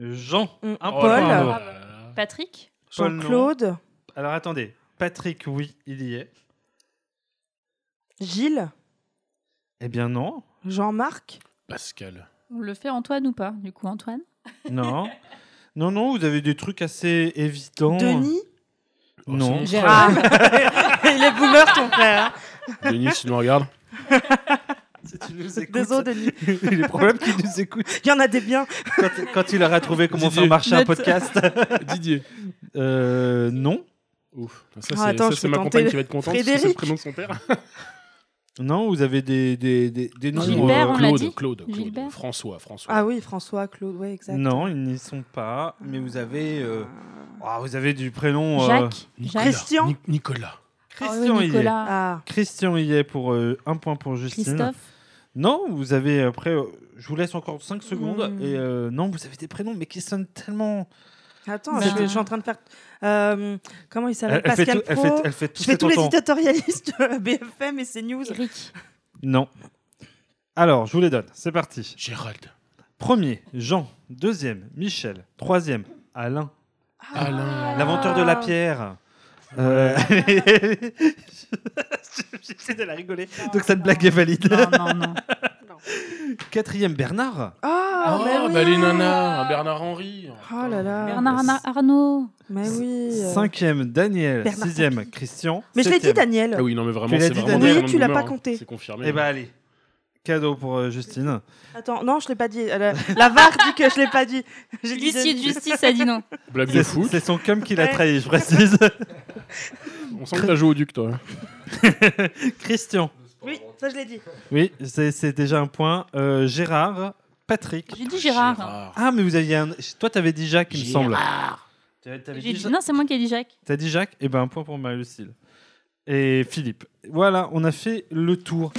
Speaker 4: Jean.
Speaker 3: mm, Paul,
Speaker 4: Un point.
Speaker 2: Oh
Speaker 4: Arnaud.
Speaker 2: là là.
Speaker 1: Patrick
Speaker 4: Paul, non.
Speaker 3: Jean-Claude,
Speaker 4: Alors attendez, Patrick, oui, il y est.
Speaker 3: Gilles,
Speaker 4: Eh bien non.
Speaker 3: Jean-Marc.
Speaker 2: Pascal.
Speaker 1: On le fait Antoine ou pas Du coup, Antoine
Speaker 4: Non. Non, non, vous avez des trucs assez évidents.
Speaker 3: Denis
Speaker 2: Oh,
Speaker 4: Non.
Speaker 2: c'est mon
Speaker 1: Gérard.
Speaker 3: Ah. Il est boomer ton frère. hein.
Speaker 2: frère. Denis, tu nous regardes
Speaker 4: Si tu nous écoutes,
Speaker 3: Désolé Denis.
Speaker 4: il est probable qu'il nous écoute
Speaker 3: Il y en a des biens.
Speaker 4: quand, quand il aura trouvé comment
Speaker 2: Didier.
Speaker 4: faire marcher un
Speaker 1: Note.
Speaker 4: podcast.
Speaker 2: Didier.
Speaker 4: Euh, non.
Speaker 2: Ouf. Ça,
Speaker 3: Ah,
Speaker 2: c'est
Speaker 3: attends,
Speaker 2: ça,
Speaker 3: je
Speaker 2: c'est
Speaker 3: peux
Speaker 2: ma
Speaker 3: tenter
Speaker 2: compagne qui va être contente. parce que C'est le
Speaker 3: Frédéric.
Speaker 2: prénom de son père.
Speaker 4: Non, vous avez des, des, des, des noms.
Speaker 1: Gilbert,
Speaker 4: euh,
Speaker 1: on l'a
Speaker 2: Claude,
Speaker 1: dit
Speaker 2: Claude, Claude,
Speaker 1: Gilbert.
Speaker 2: François, François.
Speaker 3: Ah oui, François, Claude, ouais, exact.
Speaker 4: non, ils n'y sont pas. Mais vous avez, euh, ah, vous avez du prénom. euh,
Speaker 1: Jacques
Speaker 2: Nicolas.
Speaker 1: Jacques
Speaker 3: Christian
Speaker 2: Ni- Nicolas.
Speaker 1: Oh oui,
Speaker 4: Christian y est.
Speaker 1: Nicolas.
Speaker 3: Ah,
Speaker 4: Christian y est pour euh, un point pour Justine.
Speaker 1: Christophe
Speaker 4: Non, vous avez après. euh, je vous laisse encore 5 secondes.
Speaker 3: Mm.
Speaker 4: Et euh, non, vous avez des prénoms, mais qui sonnent tellement.
Speaker 3: attends,
Speaker 1: Ben-
Speaker 3: je, je suis en train de faire. euh, comment il s'appelle
Speaker 4: fait
Speaker 3: Pascal
Speaker 4: tout- elle,
Speaker 3: Pro.
Speaker 4: fait, elle fait tout
Speaker 3: je fais
Speaker 4: cet
Speaker 3: tous les
Speaker 4: entend.
Speaker 3: éditorialistes de BFM et CNews.
Speaker 1: Eric.
Speaker 4: Non. Alors, je vous les donne. C'est parti.
Speaker 2: Gérald.
Speaker 4: Premier, Jean. Deuxième, Michel. Troisième, Alain.
Speaker 3: Ah.
Speaker 2: Alain.
Speaker 3: bah
Speaker 4: L'inventeur de la pierre. Euh... J'essaie de la rigoler, donc cette blague est valide.
Speaker 1: Non, non, non.
Speaker 4: Quatrième, Bernard.
Speaker 3: Ah,
Speaker 2: Oh,
Speaker 3: mais oui.
Speaker 2: bah les nanas, Bernard Henry.
Speaker 3: Oh là là.
Speaker 1: Bernard Arna- Arnault.
Speaker 3: Mais oui. euh.
Speaker 4: Cinquième, Daniel.
Speaker 3: Bernard
Speaker 4: Sixième, Christian.
Speaker 3: Mais je l'ai dit,
Speaker 4: Septième.
Speaker 3: Daniel.
Speaker 2: Ah oui, non, mais vraiment,
Speaker 4: Tu l'as
Speaker 2: c'est
Speaker 4: dit,
Speaker 2: vraiment.
Speaker 4: Daniel.
Speaker 2: des
Speaker 3: Oui,
Speaker 2: prénoms
Speaker 3: tu l'as
Speaker 2: de
Speaker 3: pas
Speaker 2: boomers, hein.
Speaker 3: compté.
Speaker 2: C'est confirmé.
Speaker 4: Eh ben allez, cadeau pour euh, Justine.
Speaker 3: Attends, non, je l'ai pas dit. Euh, La, la VAR dit que je l'ai pas dit. J'ai dit
Speaker 1: L'huissier de
Speaker 3: Denis.
Speaker 1: justice a dit non.
Speaker 2: Blague de
Speaker 4: C'est
Speaker 2: foot.
Speaker 4: c'est son cum qui l'a
Speaker 3: Ouais.
Speaker 4: trahi, je précise.
Speaker 2: On sent que t'as joué au duc, toi.
Speaker 4: Christian.
Speaker 3: Oui, ça je l'ai dit.
Speaker 4: Oui, c'est c'est déjà un point. Euh, Gérard, Patrick.
Speaker 1: J'ai dit
Speaker 2: hein.
Speaker 1: Gérard.
Speaker 4: Ah, mais vous aviez un... Toi, t'avais dit Jacques, il me semble. T'avais- t'avais
Speaker 1: J'ai
Speaker 4: dit
Speaker 1: dit- Non, c'est moi qui ai dit Jacques.
Speaker 4: T'as dit Jacques Eh ben un point pour Marie-Lucille. Et Philippe. Voilà, on a fait le tour.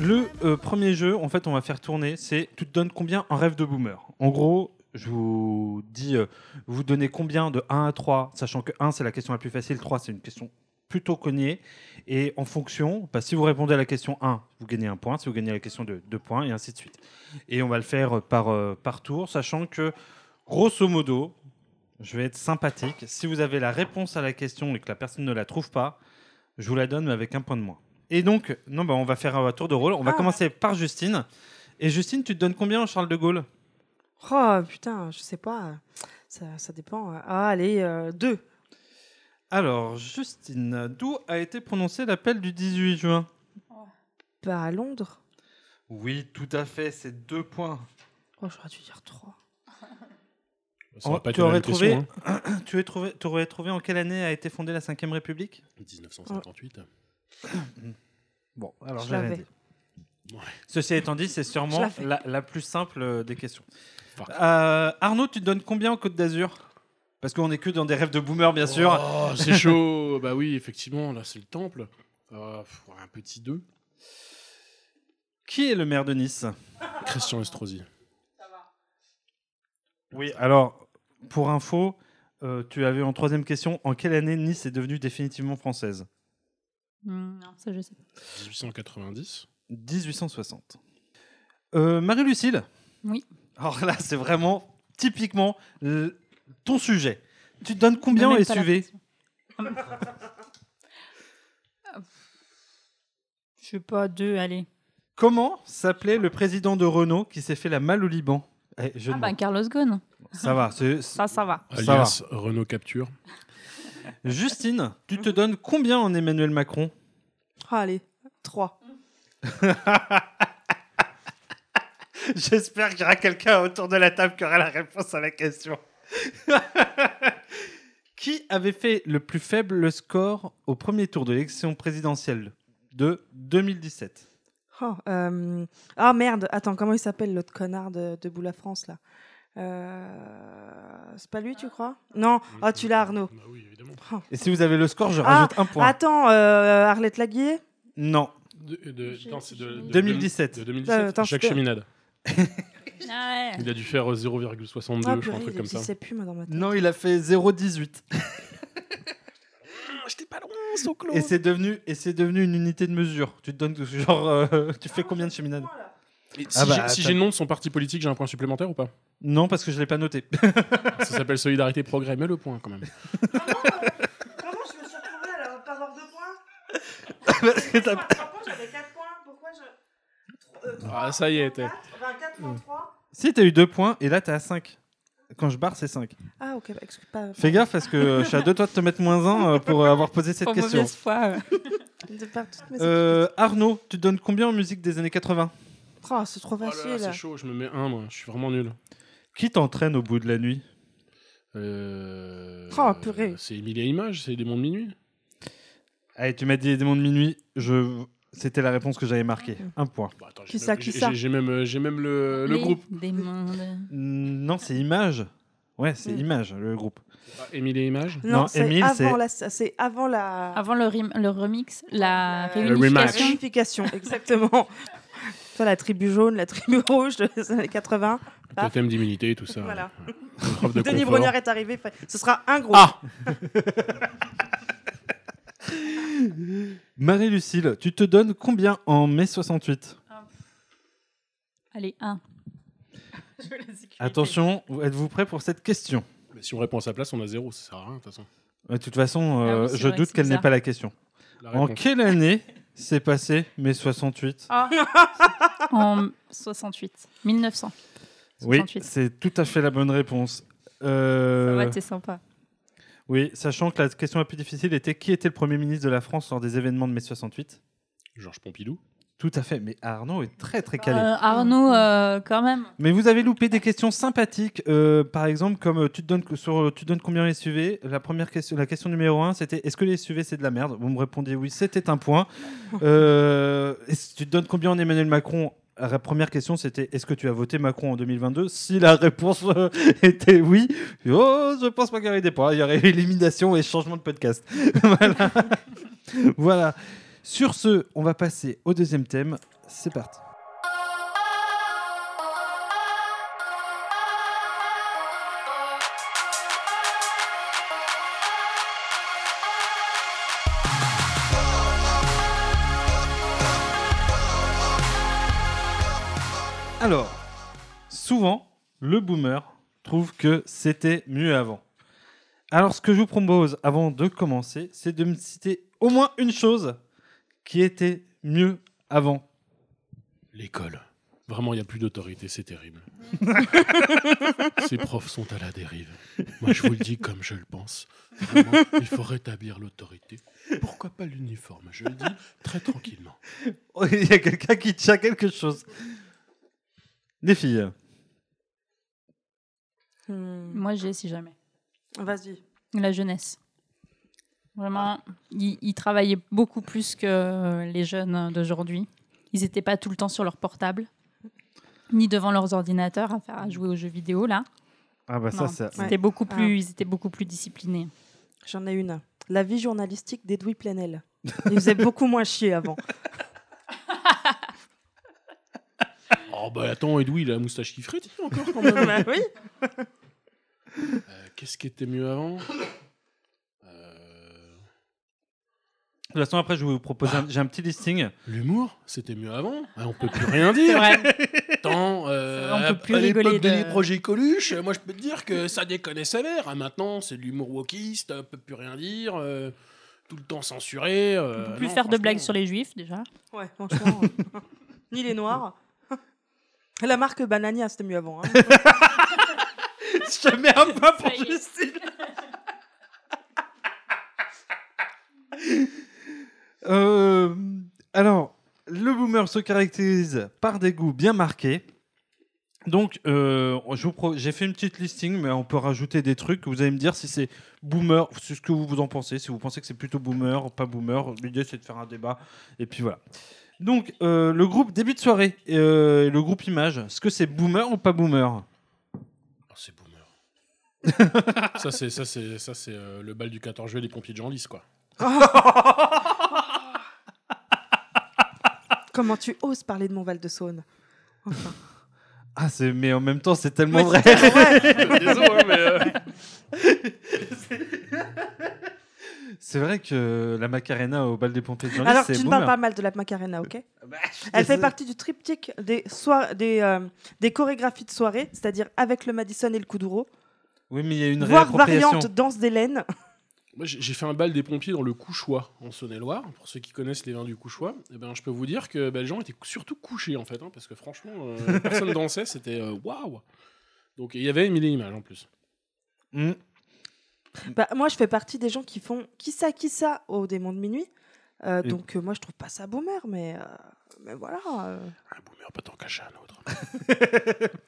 Speaker 4: Le euh, premier jeu, en fait, on va faire tourner, c'est tu te donnes combien en rêve de boomer En gros, je vous dis, euh, vous donnez combien de 1 à 3, sachant que 1 c'est la question la plus facile, 3 c'est une question plutôt cognée. Et en fonction, bah, si vous répondez à la question 1, vous gagnez un point, si vous gagnez la question 2, 2 points, et ainsi de suite. Et on va le faire euh, par, euh, par tour, sachant que, grosso modo, je vais être sympathique, si vous avez la réponse à la question et que la personne ne la trouve pas, je vous la donne mais avec un point de moins. Et donc, non, bah, on va faire un tour de rôle, on va
Speaker 3: Ah.
Speaker 4: commencer par Justine. Et Justine, tu te donnes combien en Charles de Gaulle
Speaker 3: Oh putain, je sais pas. Ça, ça dépend. Ah, allez, euh, deux.
Speaker 4: Alors, Justine, d'où a été prononcé l'appel du 18 juin
Speaker 3: Pas Bah, à Londres
Speaker 4: Oui, tout à fait, c'est deux points.
Speaker 3: Oh, j'aurais dû dire 3.
Speaker 2: Ça aurait pas
Speaker 4: tu,
Speaker 2: été la
Speaker 4: aurais
Speaker 2: même
Speaker 4: trouvé,
Speaker 2: question,
Speaker 4: tu, aurais trouvé, tu aurais trouvé en quelle année a été fondée la 5ème République
Speaker 2: hein. 1958.
Speaker 4: Bon, alors
Speaker 2: Je
Speaker 4: j'ai rien
Speaker 2: l'avais.
Speaker 4: dit. Ceci étant dit, c'est
Speaker 2: Je
Speaker 4: sûrement
Speaker 2: l'avais.
Speaker 4: la, la plus simple euh, des questions. Euh, Arnaud, tu te donnes combien en Côte d'Azur Parce qu'on est que dans des rêves de boomer, bien sûr.
Speaker 2: Oh, c'est chaud. bah oui, effectivement, là, c'est le temple. Ah, pff, un petit 2.
Speaker 4: Qui est le maire de Nice
Speaker 2: Christian Estrosi.
Speaker 4: Oui, alors, pour info, euh, tu avais en troisième question en quelle année Nice est devenue définitivement française
Speaker 1: Hmm, non, ça je sais pas.
Speaker 2: 1890.
Speaker 4: 1860. Euh, Marie-Lucille
Speaker 1: Oui.
Speaker 4: Alors là, c'est vraiment typiquement l- ton sujet. Tu te donnes combien
Speaker 1: Même
Speaker 4: en
Speaker 1: pas la
Speaker 4: SUV
Speaker 1: Je sais pas, deux, allez.
Speaker 4: Comment s'appelait le président de Renault qui s'est fait la malle au Liban Eh, je
Speaker 1: Ah
Speaker 4: ne-
Speaker 1: ben Carlos Ghosn.
Speaker 4: Ça va, c'est-
Speaker 1: Ça, ça va.
Speaker 2: Alias Renault Capture.
Speaker 4: Justine, tu te donnes combien en Emmanuel Macron
Speaker 3: Ah, allez, 3.
Speaker 4: J'espère qu'il y aura quelqu'un autour de la table qui aura la réponse à la question. qui avait fait le plus faible score au premier tour de l'élection présidentielle de 2017
Speaker 3: Oh, euh, Ah merde, attends, comment il s'appelle l'autre connard de, de Boula France là Euh, C'est pas lui, tu crois Non, ah tu l'as Arnaud.
Speaker 2: Bah
Speaker 3: Oh.
Speaker 4: Et si vous avez le score, je
Speaker 3: Ah,
Speaker 4: rajoute un point.
Speaker 3: Attends, euh, Arlette Laguier
Speaker 4: Non.
Speaker 2: De, euh, de- non, c'est de- de-
Speaker 4: 2017.
Speaker 2: de 2017.
Speaker 3: Euh, attends,
Speaker 2: Jacques
Speaker 3: c'était-
Speaker 2: Cheminade.
Speaker 1: Ah ouais.
Speaker 2: Il a dû faire euh, 0,62,
Speaker 3: Ah,
Speaker 2: je crois,
Speaker 3: purée,
Speaker 2: un truc
Speaker 3: il
Speaker 2: comme
Speaker 3: existe,
Speaker 2: ça.
Speaker 3: c'est plus, moi, dans ma tête.
Speaker 4: Non, il a fait 0,18.
Speaker 2: Ah,
Speaker 3: J'étais pas loin, son clone.
Speaker 4: Et c'est devenu, et c'est devenu une unité de mesure. Tu te donnes genre, euh, tu fais combien de cheminades
Speaker 2: Si
Speaker 4: Ah bah,
Speaker 2: j'ai- si
Speaker 4: attends.
Speaker 2: j'ai le nom de son parti politique, j'ai un point supplémentaire ou pas
Speaker 4: Non, parce que je l'ai pas noté.
Speaker 2: Ça s'appelle Solidarité Progrès, mais le point quand même.
Speaker 3: Comment je me suis retrouvée à la- pas avoir de points
Speaker 4: Parce que t'as-
Speaker 3: Par contre, j'avais 4 points. Pourquoi je.
Speaker 2: Ah, ça y est, t'es.
Speaker 3: Enfin, 4 points, 3.
Speaker 4: Si, t'as eu 2 points, et là, t'es à 5. Quand je barre, c'est 5.
Speaker 3: Ah, ok, bah, excuse pas.
Speaker 4: Fais gaffe, parce que euh, je suis à deux doigts de te mettre moins 1 pour euh, avoir posé cette
Speaker 1: Pour
Speaker 4: question.
Speaker 1: mauvaise foi. ouais.
Speaker 3: De par toutes mes
Speaker 4: Euh, Arnaud, tu te donnes combien en musique des années 80
Speaker 3: Oh, c'est trop facile.
Speaker 2: Ah, c'est chaud, je me mets un, moi. Je suis vraiment nul.
Speaker 4: Qui t'entraîne au bout de la nuit
Speaker 2: Euh,
Speaker 3: Oh, purée.
Speaker 2: C'est Emilie et Images, c'est Démons de minuit.
Speaker 4: Allez, tu m'as dit les démons de minuit, je... c'était la réponse que j'avais marquée. Un point.
Speaker 2: Bah, attends, j'ai
Speaker 3: Qui
Speaker 2: même-
Speaker 3: ça, qui
Speaker 2: j'ai-
Speaker 3: ça
Speaker 2: J'ai même, euh, j'ai même le, le
Speaker 1: Les
Speaker 2: groupe.
Speaker 1: démons de-
Speaker 4: Mm, Non, c'est Image. Ouais, c'est
Speaker 3: Mm.
Speaker 4: Image, le groupe.
Speaker 2: Ah, Émile et Images.
Speaker 3: Non,
Speaker 4: non,
Speaker 3: c'est
Speaker 4: Émile,
Speaker 3: avant,
Speaker 4: c'est-
Speaker 3: la... c'est avant la. euh,
Speaker 1: Avant le, rim- le remix, la
Speaker 2: le
Speaker 3: la
Speaker 1: réunification.
Speaker 2: rematch.
Speaker 3: réunification, exactement. Toi, la tribu jaune, la tribu rouge euh, des années 80.
Speaker 2: Le thème d'immunité et tout ça.
Speaker 3: Ah. Voilà.
Speaker 2: ouais. Preuve de
Speaker 3: Denis
Speaker 2: confort.
Speaker 3: Brognard est arrivé. fa- Ce sera un groupe.
Speaker 4: Ah Marie-Lucille, tu te donnes combien en mai 68
Speaker 1: Allez, un.
Speaker 4: Attention, êtes-vous prêts pour cette question
Speaker 2: Mais si on répond à sa place, on a zéro, ça sert à rien, de toute façon.
Speaker 4: De toute façon, euh,
Speaker 1: Ah oui, c'est
Speaker 4: je
Speaker 1: vrai,
Speaker 4: doute
Speaker 1: c'est
Speaker 4: qu'elle n'ait
Speaker 1: bizarre.
Speaker 4: pas la question.
Speaker 2: La
Speaker 4: En
Speaker 2: réponse.
Speaker 4: quelle année s'est passé mai 68
Speaker 1: en 68. 1900.
Speaker 4: Oui,
Speaker 1: 68.
Speaker 4: c'est tout à fait la bonne réponse. Euh,
Speaker 1: Ça va, t'es sympa.
Speaker 4: oui, sachant que la question la plus difficile était qui était le Premier ministre de la France lors des événements de mai 68
Speaker 2: Georges Pompidou.
Speaker 4: Tout à fait, mais Arnaud est très très calé.
Speaker 1: Euh, Arnaud, euh, quand même.
Speaker 4: Mais vous avez loupé des questions sympathiques, euh, par exemple comme euh, tu te donnes que- sur euh, tu te donnes combien les SUV. La première question, la question numéro un, c'était est-ce que les SUV c'est de la merde Vous me répondiez oui, c'était un point. Euh, est-ce- tu te donnes combien en Emmanuel Macron La première question c'était est-ce que tu as voté Macron en 2022 Si la réponse euh, était oui, oh, je pense pas qu'il y aurait des points, il y aurait élimination et changement de podcast. voilà. voilà. Sur ce, on va passer au deuxième thème. C'est parti. Alors, souvent, le boomer trouve que c'était mieux avant. Alors, ce que je vous propose avant de commencer, c'est de me citer au moins une chose qui était mieux avant.
Speaker 2: L'école. Vraiment, il n'y a plus d'autorité, c'est terrible. Ces profs sont à la dérive. Moi, je vous le dis comme je le pense. Vraiment, il faut rétablir l'autorité. Pourquoi pas l'uniforme Je le dis très tranquillement.
Speaker 4: Oh, Il y a quelqu'un qui tient quelque chose. Les filles.
Speaker 1: Moi, j'ai si jamais.
Speaker 3: Hmm. Vas-y.
Speaker 1: La jeunesse. Vraiment, ils, ils travaillaient beaucoup plus que les jeunes d'aujourd'hui. Ils n'étaient pas tout le temps sur leur portable, ni devant leurs ordinateurs à, faire, à jouer aux jeux vidéo, là.
Speaker 4: Ah bah ça,
Speaker 1: Non,
Speaker 4: c'est...
Speaker 1: c'était beaucoup plus, Ils étaient beaucoup plus disciplinés.
Speaker 3: J'en ai une. La vie journalistique d'Edoui Plenel. Il faisait beaucoup moins chier avant.
Speaker 2: Oh, bah attends, Edoui, il a la moustache qui frétille encore quand
Speaker 4: Ah
Speaker 2: même.
Speaker 3: Bah oui.
Speaker 2: Euh, Qu'est-ce qui était mieux avant Euh,
Speaker 4: De toute façon, après, je vais vous proposer... un- J'ai un petit listing.
Speaker 2: L'humour, c'était mieux avant. Ah, on peut plus rien dire. Tant, euh,
Speaker 4: On peut plus
Speaker 2: à l'époque
Speaker 4: rigoler
Speaker 2: de...
Speaker 4: de-
Speaker 2: les projets Coluche, moi je peux te dire que ça déconne sévère. Ah, maintenant, c'est de l'humour wokiste, on peut plus rien dire, euh, tout le temps censuré. euh,
Speaker 1: On peut plus
Speaker 2: non,
Speaker 1: faire de
Speaker 2: franchement,
Speaker 1: blagues sur les juifs, déjà.
Speaker 3: Ouais, franchement. euh, Ni les noirs. La marque Banania, c'était mieux avant. hein.
Speaker 4: Je te mets un point pour Justine. Euh, alors, le boomer se caractérise par des goûts bien marqués. Donc, euh, je vous pro- j'ai fait une petite listing, mais on peut rajouter des trucs. Vous allez me dire si c'est boomer, c'est ce que vous vous en pensez. Si vous pensez que c'est plutôt boomer, ou pas boomer, l'idée c'est de faire un débat. Et puis voilà. Donc, euh, le groupe début de soirée, euh, le groupe image, est-ce que c'est boomer ou pas boomer
Speaker 2: Ah, Ça, c'est ça, c'est ça, c'est euh, le bal du 14 juillet des pompiers de Genlis, quoi.
Speaker 3: Comment tu oses parler de mon Val de Saône Enfin.
Speaker 4: Ah, c'est... mais en même temps, c'est tellement
Speaker 3: Ouais,
Speaker 4: vrai.
Speaker 3: c'est tellement vrai. Désolé, hein, mais, euh.
Speaker 4: c'est vrai que la Macarena au bal des pompiers de Genlis,
Speaker 3: Alors,
Speaker 4: c'est hein.
Speaker 3: tu ne
Speaker 4: boomer.
Speaker 3: parles pas mal de la Macarena, ok
Speaker 4: bah, suis
Speaker 3: Elle fait
Speaker 4: désolé.
Speaker 3: partie du triptyque des, soir- des, euh, des chorégraphies de soirée, c'est-à-dire avec le Madison et le Kuduro,
Speaker 4: Oui, mais il y a une
Speaker 3: voire
Speaker 4: réappropriation.
Speaker 3: variante danse d'Hélène.
Speaker 2: Moi, j'ai j'ai fait un bal des pompiers dans le Couchois, en Saône-et-Loire. Pour ceux qui connaissent les vins du Couchois, eh ben, je peux vous dire que bah, les gens étaient surtout couchés, en fait, hein, parce que franchement, euh, personne dansait, c'était euh, waouh! Donc, il y avait Émilie Image en plus.
Speaker 4: Hmm.
Speaker 3: Bah, moi, je fais partie des gens qui font qui ça, qui ça au démon de minuit. Euh,
Speaker 2: Et-
Speaker 3: Donc, euh, moi, je trouve pas ça boomer, mais, euh, mais voilà. euh.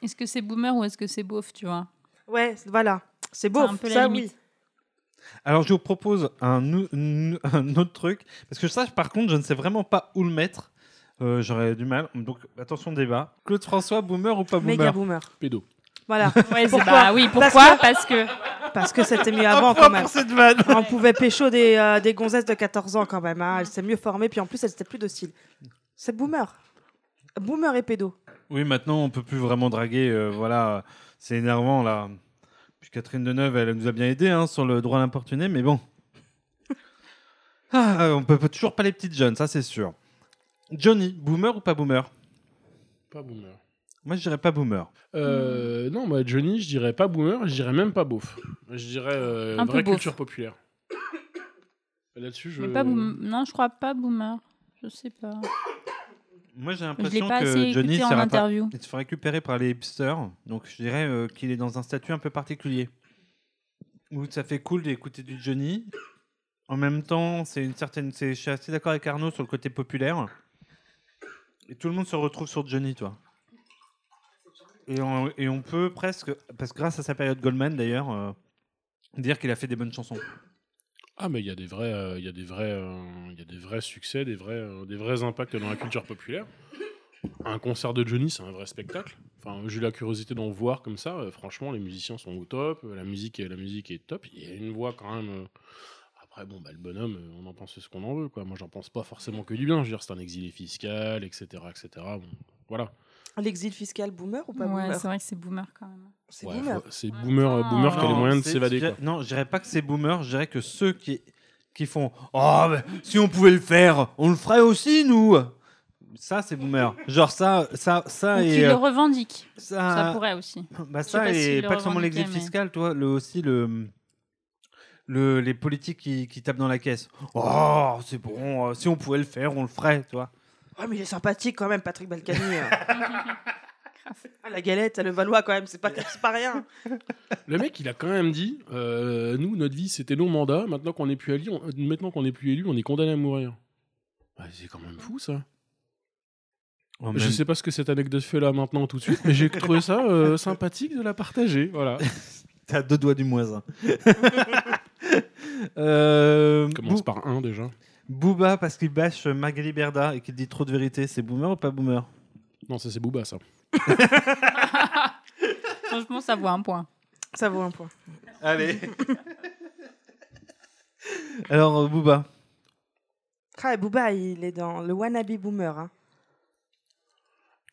Speaker 1: Est-ce que c'est boomer ou est-ce que c'est beauf, tu vois
Speaker 3: Ouais, voilà. C'est beauf,
Speaker 1: un peu la
Speaker 3: ça,
Speaker 1: limite.
Speaker 3: oui.
Speaker 4: Alors, je vous propose un, nou- nou- un autre truc. Parce que ça, par contre, je ne sais vraiment pas où le mettre. Euh, J'aurais du mal. Donc, attention, débat. Claude François, boomer ou pas boomer
Speaker 3: Méga boomer.
Speaker 2: Pédo.
Speaker 3: Voilà.
Speaker 1: Ouais, c'est-
Speaker 3: Pourquoi
Speaker 1: bah oui, pourquoi Parce que-
Speaker 3: parce que c'était mieux
Speaker 1: Un
Speaker 3: avant
Speaker 1: point
Speaker 3: quand même.
Speaker 1: pour cette vanne.
Speaker 3: On pouvait pécho des, euh, des gonzesses de 14 ans quand même. Hein. Elles s'étaient mieux formées, puis en plus elles étaient plus dociles. C'est boomer. Boomer et pédo.
Speaker 4: Oui, maintenant, on peut plus vraiment draguer. euh, voilà, c'est énervant, là. Puis Catherine Deneuve, elle nous a bien aidé hein, sur le droit à l'importuné, mais bon. Ah, on peut peut toujours pas les petites jeunes, ça, c'est sûr. Johnny, boomer ou pas boomer
Speaker 2: Pas boomer.
Speaker 4: Moi, je dirais pas boomer.
Speaker 2: Euh, Non, moi, Johnny, je dirais pas boomer, je dirais même pas beauf. Je dirais euh,
Speaker 1: Un peu
Speaker 2: vraie
Speaker 1: beauf.
Speaker 2: culture populaire. Là-dessus, je.
Speaker 1: Mais pas boom- Non, je crois pas boomer. Je sais pas.
Speaker 4: Moi, j'ai
Speaker 1: l'ai
Speaker 4: l'impression
Speaker 1: pas assez
Speaker 4: que
Speaker 1: écouté
Speaker 4: Johnny
Speaker 1: en
Speaker 4: sera pas-
Speaker 1: interview.
Speaker 4: il se fait récupérer par les hipsters, donc je dirais euh, qu'il est dans un statut un peu particulier. Où ça fait cool d'écouter du Johnny. En même temps, c'est une certaine. c'est- Je suis assez d'accord avec Arnaud sur le côté populaire. Et tout le monde se retrouve sur Johnny, toi. Et on, et on peut presque, parce que grâce à sa période Goldman d'ailleurs, euh, dire qu'il a fait des bonnes chansons.
Speaker 2: Ah, mais il y a des vrais, euh, il y a des vrais, euh, il y a des vrais succès, des vrais, euh, des vrais impacts dans la culture populaire. Un concert de Johnny, c'est un vrai spectacle. Enfin, j'ai eu la curiosité d'en voir comme ça. Euh, franchement, les musiciens sont au top, euh, la musique, est- la musique est top. Il y a une voix quand même. euh, Après, bon, bah, le bonhomme, euh, on en pense ce qu'on en veut, quoi. Moi, j'en pense pas forcément que du bien. Je veux dire, c'est un exilé fiscal, etc., etc. Bon, voilà.
Speaker 3: L'exil fiscal boomer ou pas
Speaker 1: Ouais,
Speaker 3: boomer
Speaker 1: c'est vrai que c'est boomer quand même.
Speaker 3: C'est
Speaker 2: Ouais,
Speaker 3: boomer.
Speaker 2: faut- C'est boomer, euh, boomer qui a les
Speaker 4: Non,
Speaker 2: moyens de
Speaker 4: c'est-
Speaker 2: s'évader,
Speaker 4: je dirais-
Speaker 2: quoi.
Speaker 4: Non, je dirais pas que c'est boomer, je dirais que ceux qui, qui font Oh, mais si on pouvait le faire, on le ferait aussi, nous Ça, c'est boomer. Genre, ça, ça, ça
Speaker 1: Ou
Speaker 4: et.
Speaker 1: qui le
Speaker 4: euh,
Speaker 1: revendique.
Speaker 4: ça-
Speaker 1: Ça, pourrait aussi.
Speaker 4: Bah,
Speaker 1: Je sais
Speaker 4: ça,
Speaker 1: pas
Speaker 4: et
Speaker 1: s'il le
Speaker 4: pas que seulement
Speaker 1: revendiquait,
Speaker 4: l'exil
Speaker 1: mais-
Speaker 4: fiscal, toi, le, aussi le. Le, les politiques qui, qui tapent dans la caisse. Oh, c'est bon, euh, si on pouvait le faire, on le ferait, tu vois.
Speaker 3: Ouais, Ah, mais il est sympathique quand même, Patrick Balkany. hein. Ah, La galette, ça le Valois quand même, c'est pas, c'est pas rien.
Speaker 2: Le mec, il a quand même dit euh, nous, notre vie, c'était nos mandats. Maintenant qu'on n'est plus élu, on, maintenant qu'on n'est plus élu, on est condamné à mourir. Bah, c'est quand même fou ça.
Speaker 4: En
Speaker 2: Je
Speaker 4: même-
Speaker 2: sais pas ce que cette anecdote fait là maintenant tout de suite, mais j'ai trouvé ça euh, sympathique de la partager. Voilà.
Speaker 4: T'as deux doigts du hein. moisin. euh,
Speaker 2: Commence
Speaker 4: Bou-
Speaker 2: par un déjà.
Speaker 4: Booba, parce qu'il bâche Magali Berda et qu'il dit trop de vérité, c'est boomer ou pas boomer
Speaker 2: Non, ça c'est Booba ça.
Speaker 1: Franchement, ça vaut un point.
Speaker 3: Ça vaut un point.
Speaker 4: Allez. Alors, euh, Booba,
Speaker 3: Ah, et Booba, il est dans le wannabe boomer. hein.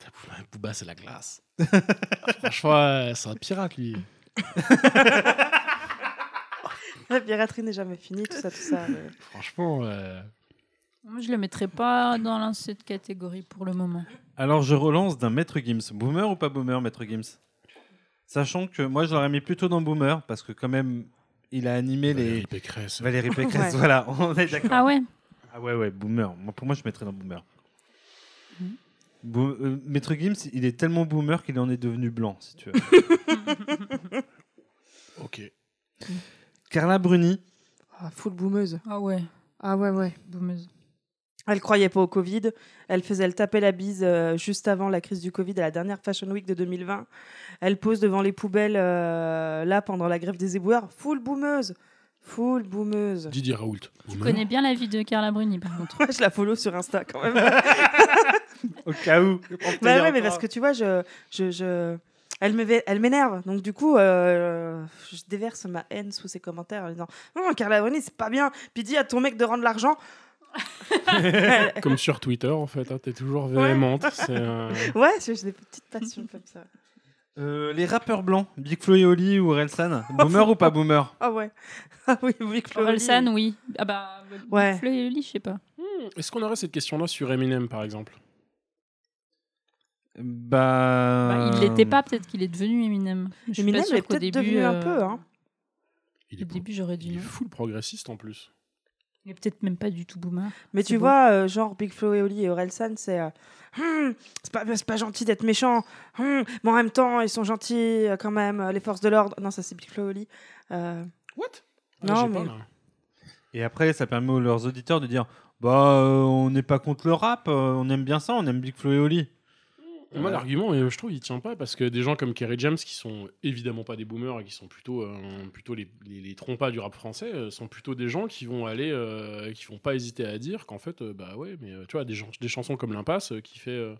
Speaker 2: Booba, c'est la glace. Franchement, euh, c'est un pirate lui.
Speaker 3: La piraterie n'est jamais finie, tout ça, tout ça. mais-
Speaker 2: Franchement. euh,
Speaker 1: Moi, je le mettrais pas dans l'un de cette catégorie pour le moment.
Speaker 4: alors je relance d'un Maître Gims. Boomer ou pas boomer, Maître Gims Sachant que moi, je l'aurais mis plutôt dans boomer, parce que quand même, il a animé
Speaker 2: Valérie
Speaker 4: les...
Speaker 2: Pécresse.
Speaker 4: Valérie Pécresse,
Speaker 3: Ouais.
Speaker 4: voilà, on est d'accord.
Speaker 1: Ah ouais
Speaker 4: Ah ouais, ouais, boomer. Moi, pour moi, je mettrais dans boomer.
Speaker 1: Mhm.
Speaker 4: Bo- euh, Maître Gims, il est tellement boomer qu'il en est devenu blanc, si tu veux.
Speaker 2: Ok.
Speaker 4: Carla Bruni,
Speaker 3: Ah, full boomeuse.
Speaker 1: Ah ouais,
Speaker 3: Ah ouais, ouais.
Speaker 1: boumeuse.
Speaker 3: Elle croyait pas au Covid. Elle faisait le taper la bise euh, juste avant la crise du Covid à la dernière Fashion Week de 2020. Elle pose devant les poubelles euh, là pendant la grève des éboueurs. Full boomeuse. Full boomeuse.
Speaker 2: Didier Raoult.
Speaker 1: Tu connais bien la vie de Carla Bruni, par contre.
Speaker 3: Je la follow sur Insta quand même.
Speaker 4: au cas où.
Speaker 3: bah ouais, mais parce que tu vois, je, je, je- elle me, vé- elle m'énerve. Donc du coup, euh, je déverse ma haine sous ses commentaires en disant non, Carla Bruni, c'est pas bien. Puis dis à ton mec de rendre l'argent.
Speaker 2: Comme sur Twitter en fait, hein, t'es toujours véhémente. c'est, euh,
Speaker 3: ouais, j'ai des petites passions comme ça.
Speaker 4: Euh, les rappeurs blancs, Big Flo et Oli ou Relsan, boomer ou pas boomer
Speaker 3: Ah ouais. Ah oui, oui, Chloé.
Speaker 1: Orelsan, oui. Ah bah,
Speaker 3: Ouais.
Speaker 1: Fleu et Oli, je sais pas.
Speaker 2: Est-ce qu'on aurait cette question-là sur Eminem par exemple
Speaker 4: Bah. Euh,
Speaker 1: Bah, il l'était pas, peut-être qu'il est devenu Eminem. Je suis
Speaker 3: Eminem
Speaker 1: pas sûre
Speaker 3: est
Speaker 1: qu'au
Speaker 3: peut-être
Speaker 1: début,
Speaker 3: devenu un
Speaker 1: euh,
Speaker 3: peu. Hein.
Speaker 2: Il
Speaker 1: Au
Speaker 2: est,
Speaker 1: début, j'aurais dit
Speaker 2: il est
Speaker 1: non.
Speaker 2: full progressiste en plus.
Speaker 1: Il est peut-être même pas du tout boomer.
Speaker 3: Mais
Speaker 1: C'est
Speaker 3: tu
Speaker 1: beau.
Speaker 3: vois, euh, genre Big Flo et Oli et Orelsan, c'est euh, Hum, c'est pas, c'est pas gentil d'être méchant. Hum, mais en même temps, ils sont gentils euh, quand même. euh, Les forces de l'ordre. Non, ça c'est Big Flo et Oli. Euh,
Speaker 2: What
Speaker 3: Non, mais-
Speaker 4: Et après, ça permet aux leurs auditeurs de dire Bah, euh, on n'est pas contre le rap, euh, on aime bien ça, on aime Big Flo et Oli.
Speaker 2: Moi, l'argument, euh, je trouve, il tient pas parce que des gens comme Kerry James, qui sont évidemment pas des boomers et qui sont plutôt, euh, plutôt les, les, les trompas du rap français, euh, sont plutôt des gens qui vont aller, euh, qui vont pas hésiter à dire qu'en fait, euh, bah ouais, mais euh, tu vois, des, gens- des chansons comme L'Impasse euh, qui fait. euh,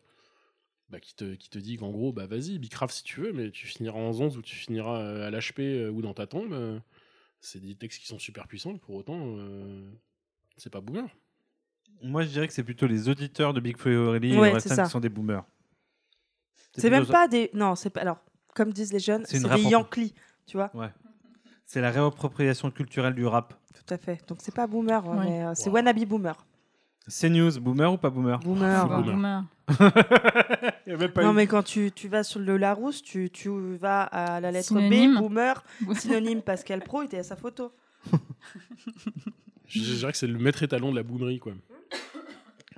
Speaker 2: bah, qui, te, qui te dit qu'en gros, bah vas-y, bicraft si tu veux, mais tu finiras en 11 ou tu finiras euh, à l'HP euh, ou dans ta tombe. euh, c'est des textes qui sont super puissants, pour autant, euh, c'est pas boomer.
Speaker 4: Moi, je dirais que c'est plutôt les auditeurs de Big Flo et Oli
Speaker 3: Ouais,
Speaker 4: et
Speaker 3: c'est ça.
Speaker 4: Relsan qui sont des boomers.
Speaker 3: c'est même
Speaker 4: plutôt-
Speaker 3: pas des. Non, c'est pas. Alors, comme disent les jeunes,
Speaker 4: C'est une
Speaker 3: c'est des
Speaker 4: rap en-
Speaker 3: Yankees. Tu vois,
Speaker 4: C'est la réappropriation culturelle du rap.
Speaker 3: tout à fait. Donc c'est pas boomer, hein,
Speaker 1: Ouais.
Speaker 3: mais euh, c'est
Speaker 2: Wow.
Speaker 3: wannabe boomer.
Speaker 4: C'est news, boomer ou pas Ah, boomer
Speaker 3: Boomer. euh,
Speaker 2: Full
Speaker 1: Pas
Speaker 2: boomer.
Speaker 1: boomer.
Speaker 3: Non, mais quand tu, tu vas sur le Larousse, tu, tu vas à la lettre
Speaker 1: Synonyme.
Speaker 3: B, boomer, synonyme Pascal Pro, il était à sa photo.
Speaker 2: Je, je dirais que c'est le maître étalon de la boomerie, quoi.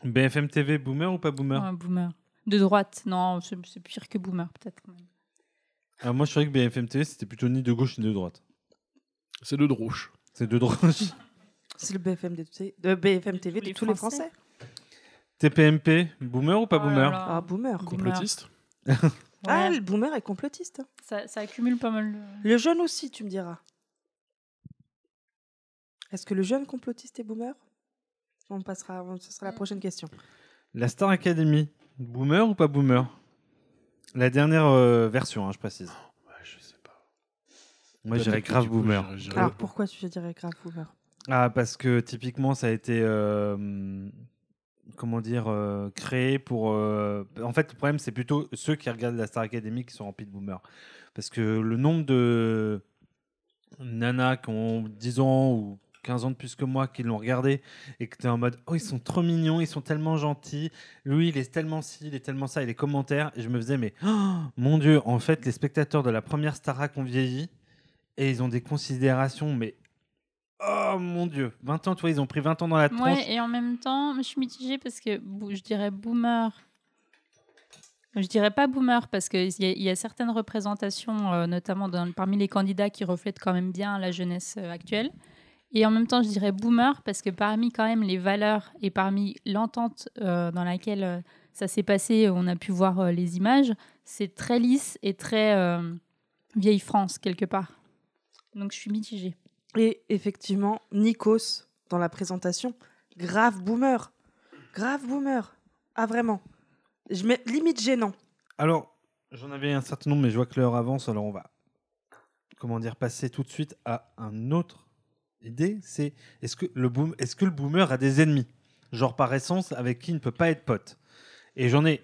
Speaker 4: BFM TV, boomer ou pas boomer
Speaker 1: Ouais, boomer. De droite, non, c'est c'est pire que boomer, peut-être.
Speaker 4: Ah, Moi, je trouvais que BFM TV, c'était plutôt ni de gauche ni de droite.
Speaker 2: C'est de droche.
Speaker 4: C'est de droite.
Speaker 3: C'est le BFM, de, de BFM TV de
Speaker 1: les
Speaker 3: tous les
Speaker 1: Français.
Speaker 3: Français.
Speaker 4: TPMP, boomer ou pas boomer
Speaker 3: Ah, boomer.
Speaker 2: Complotiste
Speaker 3: Ah,
Speaker 1: Ouais,
Speaker 3: le boomer est complotiste. hein.
Speaker 1: ça, ça accumule pas mal. de-
Speaker 3: Le jeune aussi, tu me diras. Est-ce que le jeune complotiste est boomer On passera, on- ce sera la prochaine question.
Speaker 4: La Star Academy, boomer ou pas boomer La dernière euh, version, hein, je précise.
Speaker 2: Oh, bah, Je sais pas.
Speaker 4: Moi,
Speaker 2: Peut-être
Speaker 4: j'irais
Speaker 2: que
Speaker 4: grave
Speaker 2: du coup,
Speaker 4: boomer.
Speaker 2: j'irais- j'irais-
Speaker 3: Alors pourquoi tu dirais grave boomer
Speaker 4: Ah, parce que typiquement, ça a été. euh, comment dire euh, Créé pour. euh, En fait, le problème, c'est plutôt ceux qui regardent la Star Academy qui sont remplis de boomers. Parce que le nombre de nanas qui ont 10 ans ou 15 ans de plus que moi qui l'ont regardé et que tu es en mode Oh, ils sont trop mignons, ils sont tellement gentils. Lui, il est tellement ci, il est tellement ça. Et les commentaires, et je me faisais Mais oh, mon Dieu, en fait, les spectateurs de la première Starac ont vieilli et ils ont des considérations, mais oh mon dieu, 20 ans, toi, ils ont pris 20 ans dans la tronche.
Speaker 1: Ouais, et en même temps, je suis mitigée parce que bou- je dirais boomer. Je dirais pas boomer parce qu'il y, a- il y a certaines représentations, euh, notamment dans- parmi les candidats, qui reflètent quand même bien la jeunesse euh, actuelle. Et en même temps, je dirais boomer parce que parmi quand même les valeurs et parmi l'entente euh, dans laquelle euh, ça s'est passé, on a pu voir euh, les images, c'est très lisse et très euh, vieille France quelque part. Donc je suis mitigée.
Speaker 3: Et effectivement, Nikos, dans la présentation, grave boomer. Grave boomer. Ah, vraiment. Je mets limite gênant.
Speaker 4: Alors, j'en avais un certain nombre, mais je vois que l'heure avance, alors on va, comment dire, passer tout de suite à un autre idée. C'est est-ce que le boom, est-ce que le boomer a des ennemis, genre par essence, avec qui il ne peut pas être pote Et j'en ai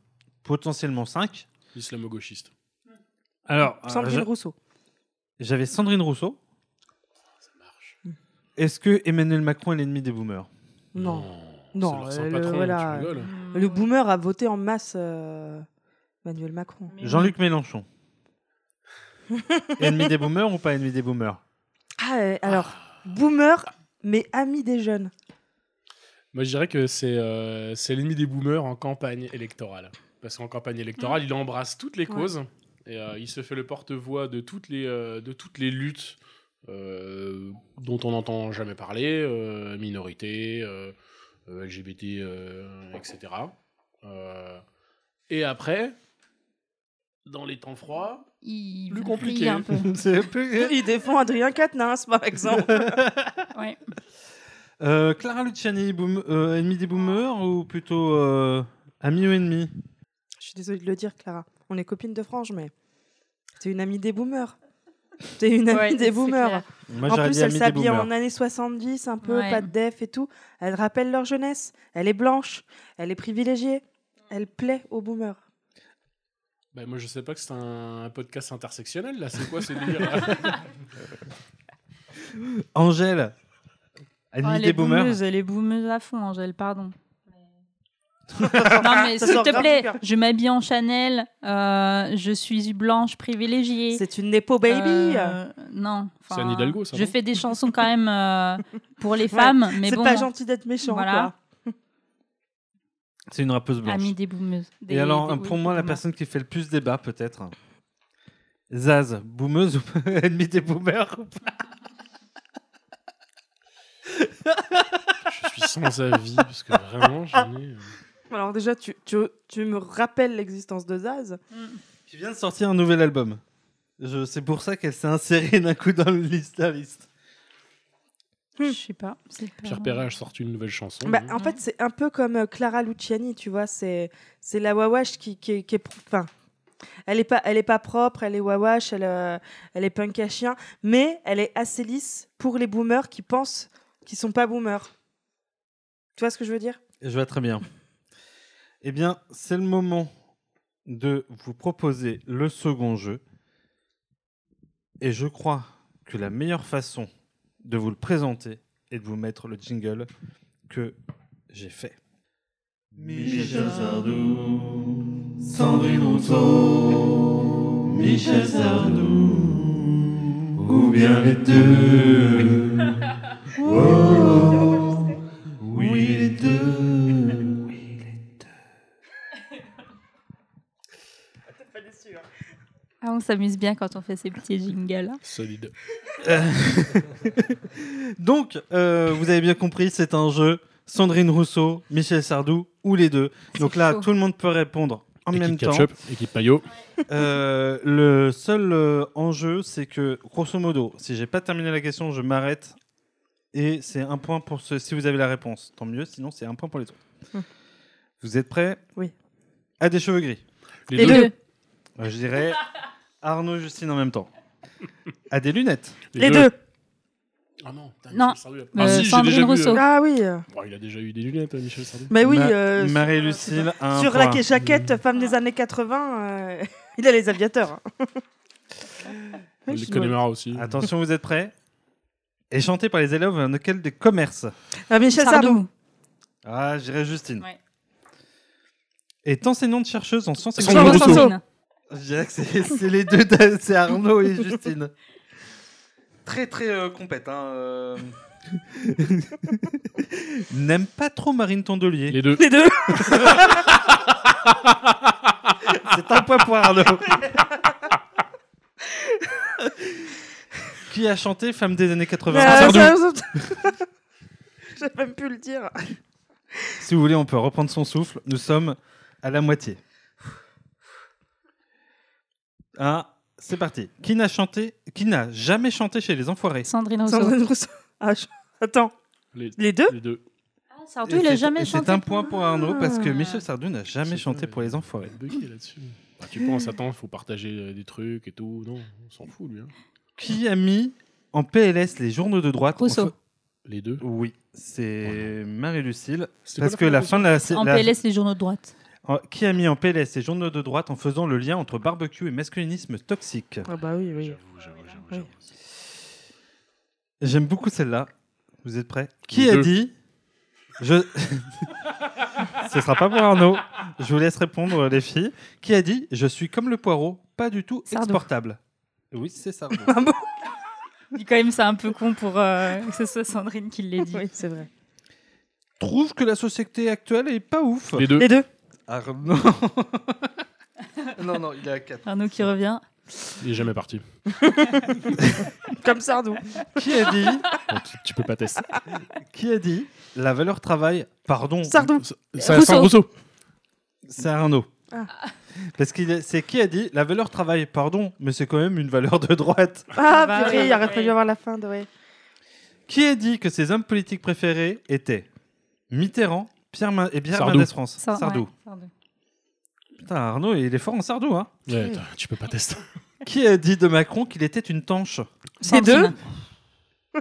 Speaker 4: potentiellement 5.
Speaker 2: L'islamo-gauchiste.
Speaker 4: Alors,
Speaker 3: Sandrine
Speaker 4: euh, j'a-
Speaker 3: Rousseau.
Speaker 4: J'avais Sandrine Rousseau. Ça marche. Est-ce que Emmanuel Macron est l'ennemi des boomers
Speaker 3: Non.
Speaker 4: c'est
Speaker 3: Non,
Speaker 4: leur saint
Speaker 3: euh,
Speaker 4: patron,
Speaker 3: le, voilà.
Speaker 4: tu rigoles.
Speaker 3: le boomer a voté en masse euh, Emmanuel Macron.
Speaker 4: Jean-Luc Mélenchon. ennemi des boomers ou pas ennemi des boomers
Speaker 3: Ah, euh, alors, boomer, mais ami des jeunes.
Speaker 2: Moi, je dirais que c'est euh, c'est l'ennemi des boomers en campagne électorale. Parce qu'en campagne électorale, il embrasse toutes les
Speaker 11: Ouais.
Speaker 2: causes et euh, il se fait le porte-voix de, toutes les, euh, de toutes les luttes euh, dont on n'entend jamais parler euh, minorité, euh, euh, LGBT, euh, etc. Euh, et après, dans les temps froids,
Speaker 1: Il
Speaker 2: plus compliqué.
Speaker 3: Il défend Adrien Quatennens, par exemple.
Speaker 1: ouais.
Speaker 4: Euh, Clara Luciani, boom- euh, ennemi des boomers ou plutôt euh, ami ou ennemi
Speaker 3: Je suis désolée de le dire, Clara. On est copines de frange, mais t'es une amie des boomers. T'es une amie
Speaker 1: Ouais,
Speaker 3: des
Speaker 1: c'est
Speaker 3: boomers.
Speaker 1: clair.
Speaker 4: Moi,
Speaker 3: en
Speaker 4: j'aurais
Speaker 3: plus,
Speaker 4: dit
Speaker 3: elle
Speaker 4: amie des
Speaker 3: s'habille
Speaker 4: boomers.
Speaker 3: en années 70, un peu,
Speaker 1: Ouais.
Speaker 3: pas de def et tout. Elle rappelle leur jeunesse. Elle est blanche. Elle est privilégiée. Elle plaît aux boomers.
Speaker 2: Ben, moi, je sais pas que c'est un, un podcast intersectionnel, là. C'est quoi ce délire là
Speaker 4: Angèle, ennemi
Speaker 1: Ah, elle
Speaker 4: des
Speaker 1: est
Speaker 4: boomers.
Speaker 1: boumeuse, elle est boumeuse à fond, Angèle, pardon. non mais
Speaker 3: Ça
Speaker 1: s'il
Speaker 3: sort
Speaker 1: te
Speaker 3: grave
Speaker 1: plaît,
Speaker 3: du cœur.
Speaker 1: je m'habille en Chanel, euh, je suis blanche privilégiée.
Speaker 3: C'est une Nepo baby.
Speaker 1: Euh, non.
Speaker 2: C'est Anne Hidalgo, ça,
Speaker 1: Je
Speaker 2: non
Speaker 1: fais des chansons quand même euh, pour les
Speaker 3: Ouais,
Speaker 1: femmes, mais
Speaker 3: c'est
Speaker 1: bon.
Speaker 3: pas gentil d'être méchant,
Speaker 1: Voilà,
Speaker 4: C'est une rappeuse blanche.
Speaker 1: ami des boomeuses. Des-
Speaker 4: Et alors,
Speaker 1: des-
Speaker 4: euh, pour
Speaker 1: oui,
Speaker 4: moi, la
Speaker 1: boomers.
Speaker 4: personne qui fait le plus débat, peut-être. Zaz, boomeuse ou pas- ennemi des boomers ou pas
Speaker 2: Je suis sans avis, parce que vraiment, j'en ai. euh,
Speaker 1: Ah.
Speaker 3: quoi. Alors déjà, tu, tu, tu me rappelles l'existence de Zaz.
Speaker 4: Qui vient de sortir un nouvel album. Je- C'est pour ça qu'elle s'est insérée d'un coup dans le liste la liste.
Speaker 1: Je sais pas. c'est pas-
Speaker 2: Pierre Perrage sort une nouvelle chanson.
Speaker 3: Bah,
Speaker 4: Mhm.
Speaker 2: hein.
Speaker 3: en fait, c'est un peu comme euh, Clara Luciani, tu vois. C'est c'est la wawash qui, qui, est- qui est. pro- Enfin, elle est pas, elle est pas propre, elle est wawash, elle, euh, elle est punk à chien, mais elle est assez lisse pour les boomers qui pensent qu'ils sont pas boomers. Tu vois ce que je veux dire
Speaker 4: Je vois très bien. Eh bien, c'est le moment de vous proposer le second jeu. Et je crois que la meilleure façon de vous le présenter est de vous mettre le jingle que j'ai fait.
Speaker 7: Michel Sardou, Sandrine Rousseau, Michel Sardou, ou bien les deux. Oh, oui, les deux.
Speaker 1: Ah, on s'amuse bien quand on fait ces petits jingles.
Speaker 2: Solide.
Speaker 4: Euh. Donc, euh, vous avez bien compris, c'est un jeu. Sandrine Rousseau, Michel Sardou ou les deux. Donc là,
Speaker 1: chaud.
Speaker 4: tout le monde peut répondre en
Speaker 2: Équipe
Speaker 4: même temps.
Speaker 2: ketchup, équipe maillot.
Speaker 4: Euh, le seul euh, enjeu, c'est que, grosso modo, si j'ai pas terminé la question, je m'arrête. Et c'est un point pour ceux. Si vous avez la réponse, tant mieux. Sinon, c'est un point pour les autres.
Speaker 3: Hmm.
Speaker 4: Vous êtes prêts
Speaker 3: Oui.
Speaker 4: À des cheveux gris.
Speaker 2: Les Les deux. deux.
Speaker 4: Euh, je dirais Arnaud et Justine en même temps. À des lunettes.
Speaker 2: Les Les deux. deux.
Speaker 4: Ah
Speaker 2: non,
Speaker 1: Non,
Speaker 2: Michel Sardou, il a pas-
Speaker 1: euh,
Speaker 2: Ah si, j'ai
Speaker 1: Sandrine
Speaker 2: déjà vu,
Speaker 1: Rousseau.
Speaker 2: euh,
Speaker 3: Ah oui. euh.
Speaker 2: Bon, il a déjà eu des lunettes, euh, Michel Sardou.
Speaker 3: Mais oui.
Speaker 4: Oh. Ma-
Speaker 3: euh,
Speaker 4: Marie-Lucille,
Speaker 3: sur-
Speaker 4: un
Speaker 3: sur
Speaker 4: point.
Speaker 3: la quai- jaquette femme des années 80, euh, il a les aviateurs. hein.
Speaker 2: Euh, Les Connemara aussi.
Speaker 4: Attention, vous êtes prêts Et chanté par les élèves en école de commerce.
Speaker 3: Ah, Michel Sardou.
Speaker 4: Ah, je dirais Justine.
Speaker 1: Ouais.
Speaker 4: Est enseignante chercheuse en sciences
Speaker 2: Sandrine Sandrine Rousseau. Rousseau.
Speaker 4: Je dirais que c'est c'est les deux, c'est Arnaud et Justine. très très euh, compète. Hein, euh. N'aime pas trop Marine Tondelier.
Speaker 2: Les deux.
Speaker 3: Les deux.
Speaker 4: C'est un point pour Arnaud. Qui a chanté Femme des années 80
Speaker 1: Bah,
Speaker 3: Euh,
Speaker 4: Sardou.
Speaker 3: ça- J'ai même pu le dire.
Speaker 4: Si vous voulez, on peut reprendre son souffle. Nous sommes à la moitié. Ah, c'est parti. Qui n'a chanté Qui n'a jamais chanté chez les Enfoirés
Speaker 1: Sandrine Rousseau.
Speaker 3: Sandrine Rousseau. Ah, je- Attends.
Speaker 2: Les,
Speaker 3: deux
Speaker 2: Les deux.
Speaker 1: Ah, Sardou, il a
Speaker 4: Et c'est-
Speaker 1: jamais
Speaker 4: et
Speaker 1: chanté. Ah.
Speaker 4: C'est un point pour Arnaud parce que Michel Sardou n'a
Speaker 2: C'est
Speaker 4: jamais chanté
Speaker 2: pas-
Speaker 4: pour les
Speaker 2: On va
Speaker 4: Enfoirés.
Speaker 2: être bugué là-dessus. Bah, tu penses, attends, il faut partager euh, des trucs et tout. Non, on s'en fout, lui. hein.
Speaker 4: Qui a mis en PLS les journaux de droite en
Speaker 1: Rousseau.
Speaker 4: fa-
Speaker 2: Les deux.
Speaker 4: Oui, c'est Marie-Lucille.
Speaker 2: C'était
Speaker 4: Parce que
Speaker 2: quoi
Speaker 4: la fin de la.
Speaker 1: En
Speaker 4: la-
Speaker 1: PLS, les journaux de droite.
Speaker 4: en- Qui a mis en PLS les journaux de droite en faisant le lien entre barbecue et masculinisme toxique
Speaker 3: Ah bah oui, oui.
Speaker 2: J'avoue, j'avoue, j'avoue,
Speaker 3: Oui.
Speaker 2: j'avoue.
Speaker 4: J'aime beaucoup celle-là. Vous êtes prêts
Speaker 2: Les
Speaker 4: Qui a
Speaker 2: deux.
Speaker 4: dit Je. Ce sera pas pour Arnaud. Je vous laisse répondre, euh, les filles. Qui a dit Je suis comme le poireau, pas du tout
Speaker 1: Sardou.
Speaker 4: exportable Oui, c'est ça.
Speaker 1: Dis quand même, c'est un peu con pour euh, que ce soit Sandrine qui l'ait dit.
Speaker 3: Oui, c'est vrai.
Speaker 4: Trouve que la société actuelle est pas ouf.
Speaker 2: Les deux.
Speaker 3: Les deux.
Speaker 4: Arnaud. non, non, il est à 4.
Speaker 1: Arnaud qui revient.
Speaker 2: Il est jamais parti.
Speaker 3: Comme Sardou.
Speaker 4: Qui a dit
Speaker 2: Donc, tu- tu peux pas tester.
Speaker 4: Qui a dit La valeur travail, pardon,
Speaker 3: Sardou.
Speaker 2: Ça,
Speaker 1: Rousseau.
Speaker 2: sans Rousseau.
Speaker 4: c'est Arnaud.
Speaker 3: Ah.
Speaker 4: Parce que c'est qui a dit La valeur travail, pardon, mais c'est quand même une valeur de droite.
Speaker 3: Ah,
Speaker 1: Bah
Speaker 3: purée,
Speaker 1: oui,
Speaker 3: il aurait
Speaker 1: oui.
Speaker 3: fallu avoir la fin de. Ouais.
Speaker 4: Qui a dit que ses hommes politiques préférés étaient Mitterrand, Pierre Ma- et Pierre
Speaker 2: Sardou.
Speaker 4: Mendès France
Speaker 1: Sar-
Speaker 4: Sardou.
Speaker 1: ouais, Sardou.
Speaker 4: Putain, Arnaud, il est fort en Sardou, hein.
Speaker 2: Ouais, attends, tu peux pas tester.
Speaker 4: Qui a dit de Macron qu'il était une tanche
Speaker 3: C'est deux.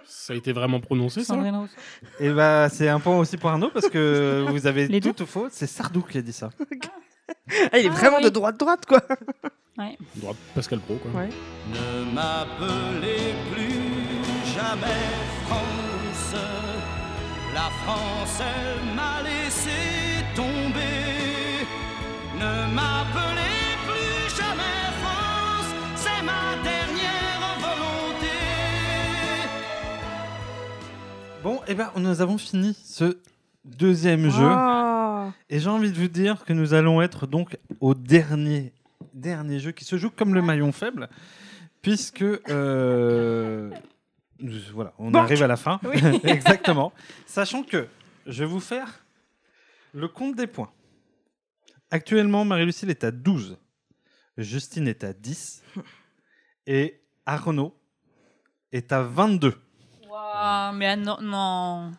Speaker 2: Ça a été vraiment prononcé, ça
Speaker 1: Sandrine Rousseau.
Speaker 4: Et bah, c'est un point aussi pour Arnaud parce que vous avez
Speaker 1: Les deux.
Speaker 4: tout au faux. C'est Sardou qui a dit ça.
Speaker 3: Ah, il est
Speaker 1: Ah
Speaker 3: vraiment
Speaker 1: oui.
Speaker 3: de droite droite quoi.
Speaker 2: Droite Pascal Pro, quoi.
Speaker 3: Ouais.
Speaker 7: Ne Euh, m'appelez plus jamais France. La France, elle m'a laissé tomber. Ne m'appelez plus jamais France. C'est ma dernière volonté.
Speaker 4: Bon, et ben, nous avons fini ce deuxième jeu.
Speaker 3: Ah.
Speaker 4: Et j'ai envie de vous dire que nous allons être donc au dernier, dernier jeu qui se joue comme le maillon faible, puisque euh, nous- voilà, on
Speaker 3: Bon.
Speaker 4: arrive à la fin. Exactement. Sachant que je vais vous faire le compte des points. Actuellement, Marie-Lucille est à 12, Justine est à 10 et Arnaud est à 22.
Speaker 1: Waouh, mais ah non, non.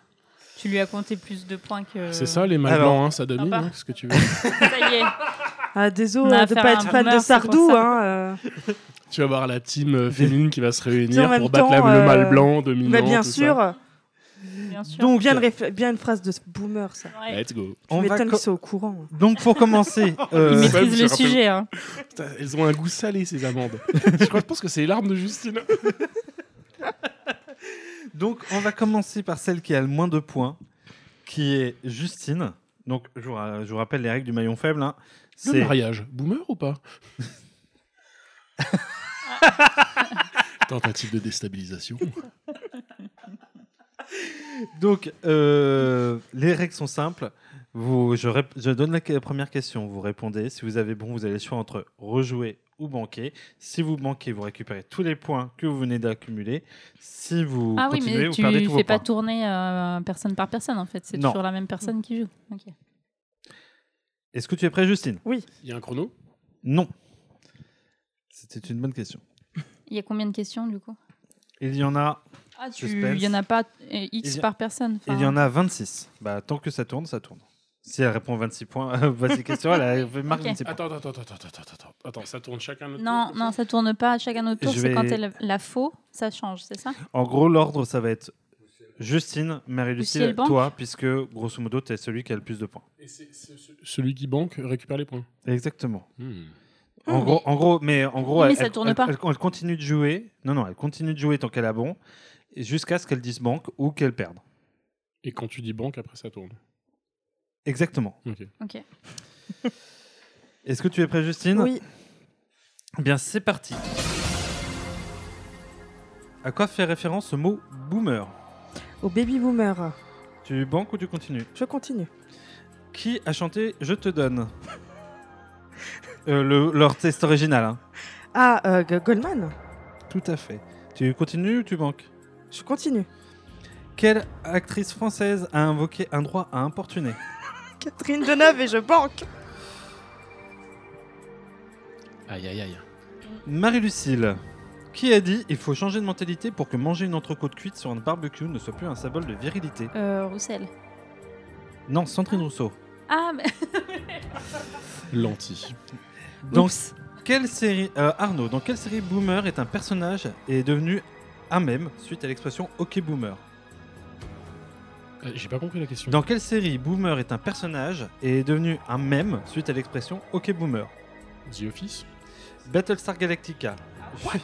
Speaker 1: Tu lui as compté plus de points que.
Speaker 2: C'est ça, les mâles
Speaker 4: Alors.
Speaker 2: blancs, hein, ça donne
Speaker 1: Sympa.
Speaker 2: ce que tu veux.
Speaker 1: Ça y est.
Speaker 3: Ah, désolé
Speaker 1: On a
Speaker 3: de
Speaker 1: affaire
Speaker 3: pas
Speaker 1: à
Speaker 3: être
Speaker 1: un
Speaker 3: fan de
Speaker 1: boomer, c'est pour
Speaker 3: Sardou.
Speaker 1: ça.
Speaker 3: Hein, euh.
Speaker 2: tu vas voir la team euh, féminine qui va se réunir
Speaker 3: en même
Speaker 2: pour battre la-
Speaker 3: temps,
Speaker 2: le
Speaker 3: euh,
Speaker 2: mâle blanc dominant.
Speaker 3: Mais bien
Speaker 2: tout ça.
Speaker 3: sûr,
Speaker 1: Bien sûr.
Speaker 4: Donc,
Speaker 3: bien, une réf- bien une phrase de ce boomer ça.
Speaker 1: Ouais.
Speaker 2: Let's go.
Speaker 3: Tu
Speaker 4: on va
Speaker 3: m'étonnes
Speaker 4: co-
Speaker 3: qu'ils soient au courant.
Speaker 4: donc pour commencer, euh,
Speaker 1: Il
Speaker 2: Fab,
Speaker 1: maîtrise
Speaker 2: je
Speaker 1: le
Speaker 2: rappelle-
Speaker 1: sujet. hein.
Speaker 2: Putain, elles ont un goût salé, ces amandes. je, crois, je pense que c'est les larmes de Justine.
Speaker 4: Donc, on va commencer par celle qui a le moins de points, qui est Justine. Donc, je vous, ra- je vous rappelle les règles du maillon faible. hein.
Speaker 2: Le
Speaker 4: C'est
Speaker 2: mariage, boomer ou pas Tentative de déstabilisation.
Speaker 4: donc euh, les règles sont simples. Vous, je, rép- je donne la que- première question. Vous répondez. Si vous avez bon, vous avez le choix entre rejouer ou banquer. Si vous banquez, vous récupérez tous les points que vous venez d'accumuler. Si vous
Speaker 1: Ah oui,
Speaker 4: continuez,
Speaker 1: mais
Speaker 4: vous
Speaker 1: tu
Speaker 4: perdez tous vos
Speaker 1: fais pas
Speaker 4: points.
Speaker 1: tourner euh, personne par personne en fait. C'est
Speaker 4: Non.
Speaker 1: toujours la même personne qui joue. Ok.
Speaker 4: Est-ce que tu es prêt, Justine
Speaker 2: Il y a un chrono
Speaker 4: Non. C'était une bonne question.
Speaker 1: Il y a combien de questions du coup
Speaker 4: Il y en a,
Speaker 1: Ah,
Speaker 4: tu-
Speaker 1: tu...
Speaker 4: Suspense.
Speaker 1: il y en a pas euh,
Speaker 4: Il
Speaker 1: X
Speaker 4: y a-
Speaker 1: par personne. enfin.
Speaker 4: il y en a 26. Bah, tant que ça tourne, ça tourne. Si elle répond 26 points, voici question, elle a fait marque
Speaker 1: Ok.
Speaker 4: 26 points.
Speaker 2: Attends, attends, attends, attends, attends, attends. Attends, ça tourne chacun notre
Speaker 1: Non,
Speaker 2: tour,
Speaker 1: non, ça tourne pas. à Chacun notre tour,
Speaker 4: Je
Speaker 1: c'est
Speaker 4: vais-
Speaker 1: quand elle la faux, ça change, c'est ça
Speaker 4: En gros, l'ordre, ça va être Justine,
Speaker 1: Lucille
Speaker 4: Marie-Lucille,
Speaker 1: Banque.
Speaker 4: toi, puisque grosso modo, tu es celui qui a le plus de points.
Speaker 2: Et c'est- c'est ce- celui qui banque récupère les points.
Speaker 4: Exactement.
Speaker 2: Hmm.
Speaker 4: En,
Speaker 1: Hmm.
Speaker 4: gros, en gros, mais en gros,
Speaker 1: Oui, mais
Speaker 4: elle,
Speaker 1: ça
Speaker 4: elle-
Speaker 1: tourne
Speaker 4: elle-
Speaker 1: pas.
Speaker 4: elle- elle continue de jouer. Non, non, elle continue de jouer tant qu'elle a bon, et jusqu'à ce qu'elle dise banque ou qu'elle perde.
Speaker 2: Et quand tu dis banque, après ça tourne.
Speaker 4: Exactement.
Speaker 2: Ok.
Speaker 1: Ok.
Speaker 4: Est-ce que tu es prêt, Justine
Speaker 3: Oui,
Speaker 4: Eh Bien, c'est parti. À quoi fait référence ce mot boomer
Speaker 3: Au baby boomer.
Speaker 4: Tu banques ou tu continues
Speaker 3: Je continue.
Speaker 4: Qui a chanté Je te donne Euh, le- Leur test original. hein.
Speaker 3: Ah, euh, G- Goldman
Speaker 4: Tout à fait. Tu continues ou tu banques
Speaker 3: Je continue.
Speaker 4: Quelle actrice française a invoqué un droit à importuner
Speaker 3: Catherine Deneuve et je banque.
Speaker 2: Aïe, aïe, aïe.
Speaker 4: Marie-Lucille, qui a dit Il faut changer de mentalité pour que manger une entrecôte cuite sur un barbecue ne soit plus un symbole de virilité
Speaker 1: Euh, Roussel.
Speaker 4: Non, Sandrine Rousseau.
Speaker 1: Ah, mais...
Speaker 2: Lentille.
Speaker 4: Dans quelle série euh, Arnaud, dans quelle série Boomer est un personnage et est devenu un mème suite à l'expression OK Boomer
Speaker 2: Euh, J'ai pas compris la question.
Speaker 4: Dans quelle série Boomer est un personnage et est devenu un mème suite à l'expression OK Boomer
Speaker 2: The Office
Speaker 4: Battlestar Galactica. What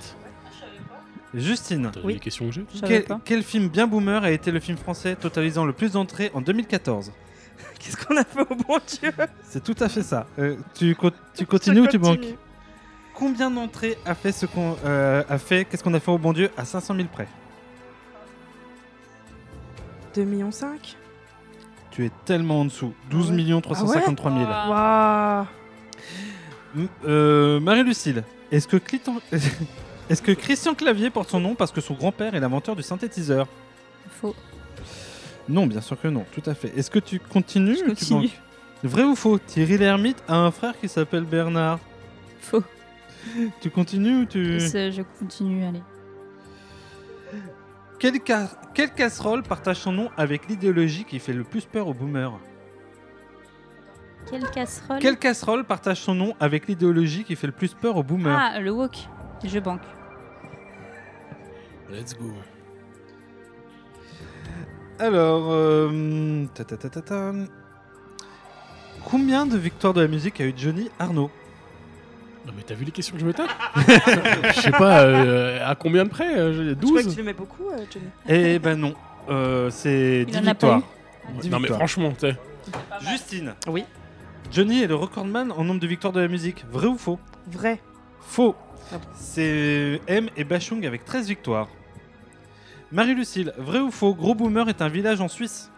Speaker 4: Justine.
Speaker 2: T'as les questions que j'ai toi
Speaker 1: Je savais
Speaker 4: Quel,
Speaker 1: pas.
Speaker 4: quel film bien boomer a été le film français totalisant le plus d'entrées en 2014
Speaker 3: Qu'est-ce qu'on a fait au bon Dieu
Speaker 4: C'est tout à fait ça. Euh, tu, co- tu continues
Speaker 3: Je
Speaker 4: ou tu
Speaker 3: continue.
Speaker 4: banques Combien d'entrées a fait ce qu'on euh, a fait Qu'est-ce qu'on a fait au bon Dieu à 500 000 près
Speaker 3: 2,5 millions 5
Speaker 4: Tu es tellement en dessous. 12 353 000.
Speaker 1: Ah.
Speaker 3: Waouh
Speaker 4: M- euh, Marie-Lucille, est-ce que, Cliton- est-ce que Christian Clavier porte son nom parce que son grand-père est l'inventeur du synthétiseur
Speaker 1: Faux.
Speaker 4: Non, bien sûr que non, tout à fait. Est-ce que tu continues
Speaker 1: Je
Speaker 4: ou tu
Speaker 1: continue.
Speaker 4: banques Vrai ou faux Thierry l'ermite a un frère qui s'appelle Bernard.
Speaker 1: Faux.
Speaker 4: Tu continues ou tu...
Speaker 1: C'est- Je continue, allez.
Speaker 4: Quelle, ca- quelle casserole partage son nom avec l'idéologie qui fait le plus peur aux boomers
Speaker 1: Quelle casserole
Speaker 4: Quelle casserole partage son nom avec l'idéologie qui fait le plus peur aux boomers
Speaker 1: Ah, le wok. Je banque.
Speaker 2: Let's go.
Speaker 4: Alors, euh, ta ta ta ta ta. combien de victoires de la musique a eu Johnny Arnaud
Speaker 2: Non, mais t'as vu les questions que je me tape Je sais pas, euh, à combien de près euh, je-
Speaker 3: Je crois que
Speaker 2: 12
Speaker 3: tu l'aimais beaucoup, euh, Johnny.
Speaker 4: Eh ben non, euh, c'est
Speaker 1: Il
Speaker 4: 10
Speaker 1: en a pas
Speaker 4: victoires.
Speaker 2: Ouais,
Speaker 4: Dix
Speaker 2: Non, mais
Speaker 4: victoires.
Speaker 2: franchement, t'es.
Speaker 4: Justine,
Speaker 3: Oui.
Speaker 4: Johnny est le recordman en nombre de victoires de la musique. Vrai ou faux
Speaker 3: Vrai.
Speaker 4: Faux.
Speaker 3: Ah bon.
Speaker 4: C'est M et Bachung avec 13 victoires. Marie-Lucille, vrai ou faux Gros Boomer est un village en Suisse.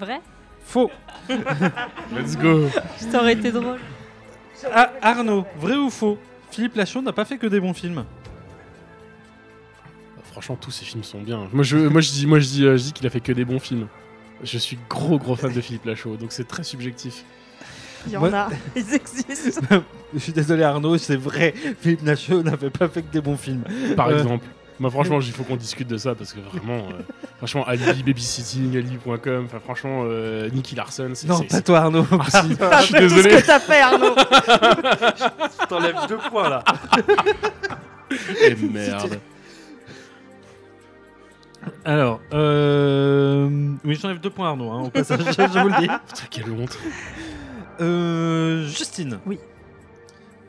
Speaker 1: Vrai
Speaker 4: Faux.
Speaker 2: Let's go.
Speaker 1: Ça aurait été drôle.
Speaker 4: Ah, Arnaud, vrai ou faux Philippe Lachaud n'a pas fait que des bons films.
Speaker 2: Franchement, tous ces films sont bien. Moi, je, moi, je dis, moi, je dis, euh, je dis qu'il a fait que des bons films. Je suis gros, gros fan de Philippe Lachaud, donc c'est très subjectif.
Speaker 3: Il y
Speaker 4: Moi-
Speaker 3: en a. Ils existent.
Speaker 4: Je suis désolé Arnaud, c'est vrai. Philippe Lachaud n'avait pas fait que des bons films.
Speaker 2: Par
Speaker 4: Euh.
Speaker 2: exemple. Bah, franchement, il faut qu'on discute de ça parce que vraiment, euh, franchement, Ali, Babysitting, Ali.com, enfin, franchement, euh, Nicky Larson, c'est.
Speaker 4: Non,
Speaker 2: c'est-
Speaker 4: pas toi Arnaud.
Speaker 2: Ah, si,
Speaker 3: T'as
Speaker 2: je suis
Speaker 3: fait Tout
Speaker 2: désolé.
Speaker 3: ce que t'as fait, Arnaud.
Speaker 4: Je t'enlève deux points là.
Speaker 2: Eh, merde.
Speaker 4: Alors, euh... oui, j'enlève deux points Arnaud, hein, au passage, je vous le dis.
Speaker 2: Putain, quelle honte.
Speaker 4: Euh, Justine.
Speaker 3: Oui.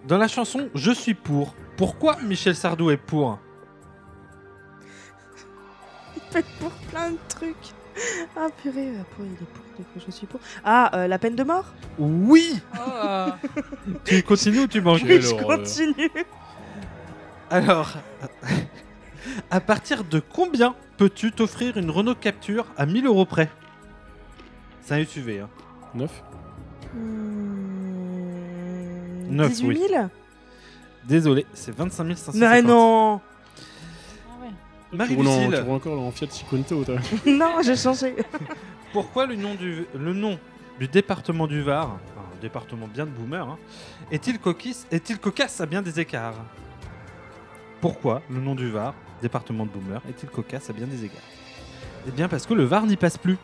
Speaker 4: Dans la chanson Je suis pour, pourquoi Michel Sardou est pour
Speaker 3: Il fait pour plein de trucs. Ah, purée. euh, Pour, il est pour, du coup, je suis pour. Ah, euh, la peine de mort
Speaker 4: Oui Oh. Tu continues ou tu manges
Speaker 2: Quelle
Speaker 3: Je
Speaker 2: horreur.
Speaker 3: continue.
Speaker 4: Alors, à partir de combien peux-tu t'offrir une Renault Capture à 1000 euros près C'est un SUV. Hein.
Speaker 2: 9
Speaker 3: Hmm,
Speaker 4: Neuf,
Speaker 3: 18
Speaker 2: Ah,
Speaker 3: 000
Speaker 4: Désolé, c'est 25 500.
Speaker 3: Mais
Speaker 2: Tu roules
Speaker 3: non
Speaker 2: en- tu
Speaker 4: Marie-Lucille,
Speaker 2: roules encore en Fiat Ciconto, toi.
Speaker 3: Non, j'ai changé.
Speaker 4: pourquoi le nom du, le nom du département du Var, un département bien de boomer, hein, est-il coquisse- est-il cocasse à bien des écarts Pourquoi le nom du Var, département de boomer, est-il cocasse à bien des égards Eh bien parce que le Var n'y passe plus.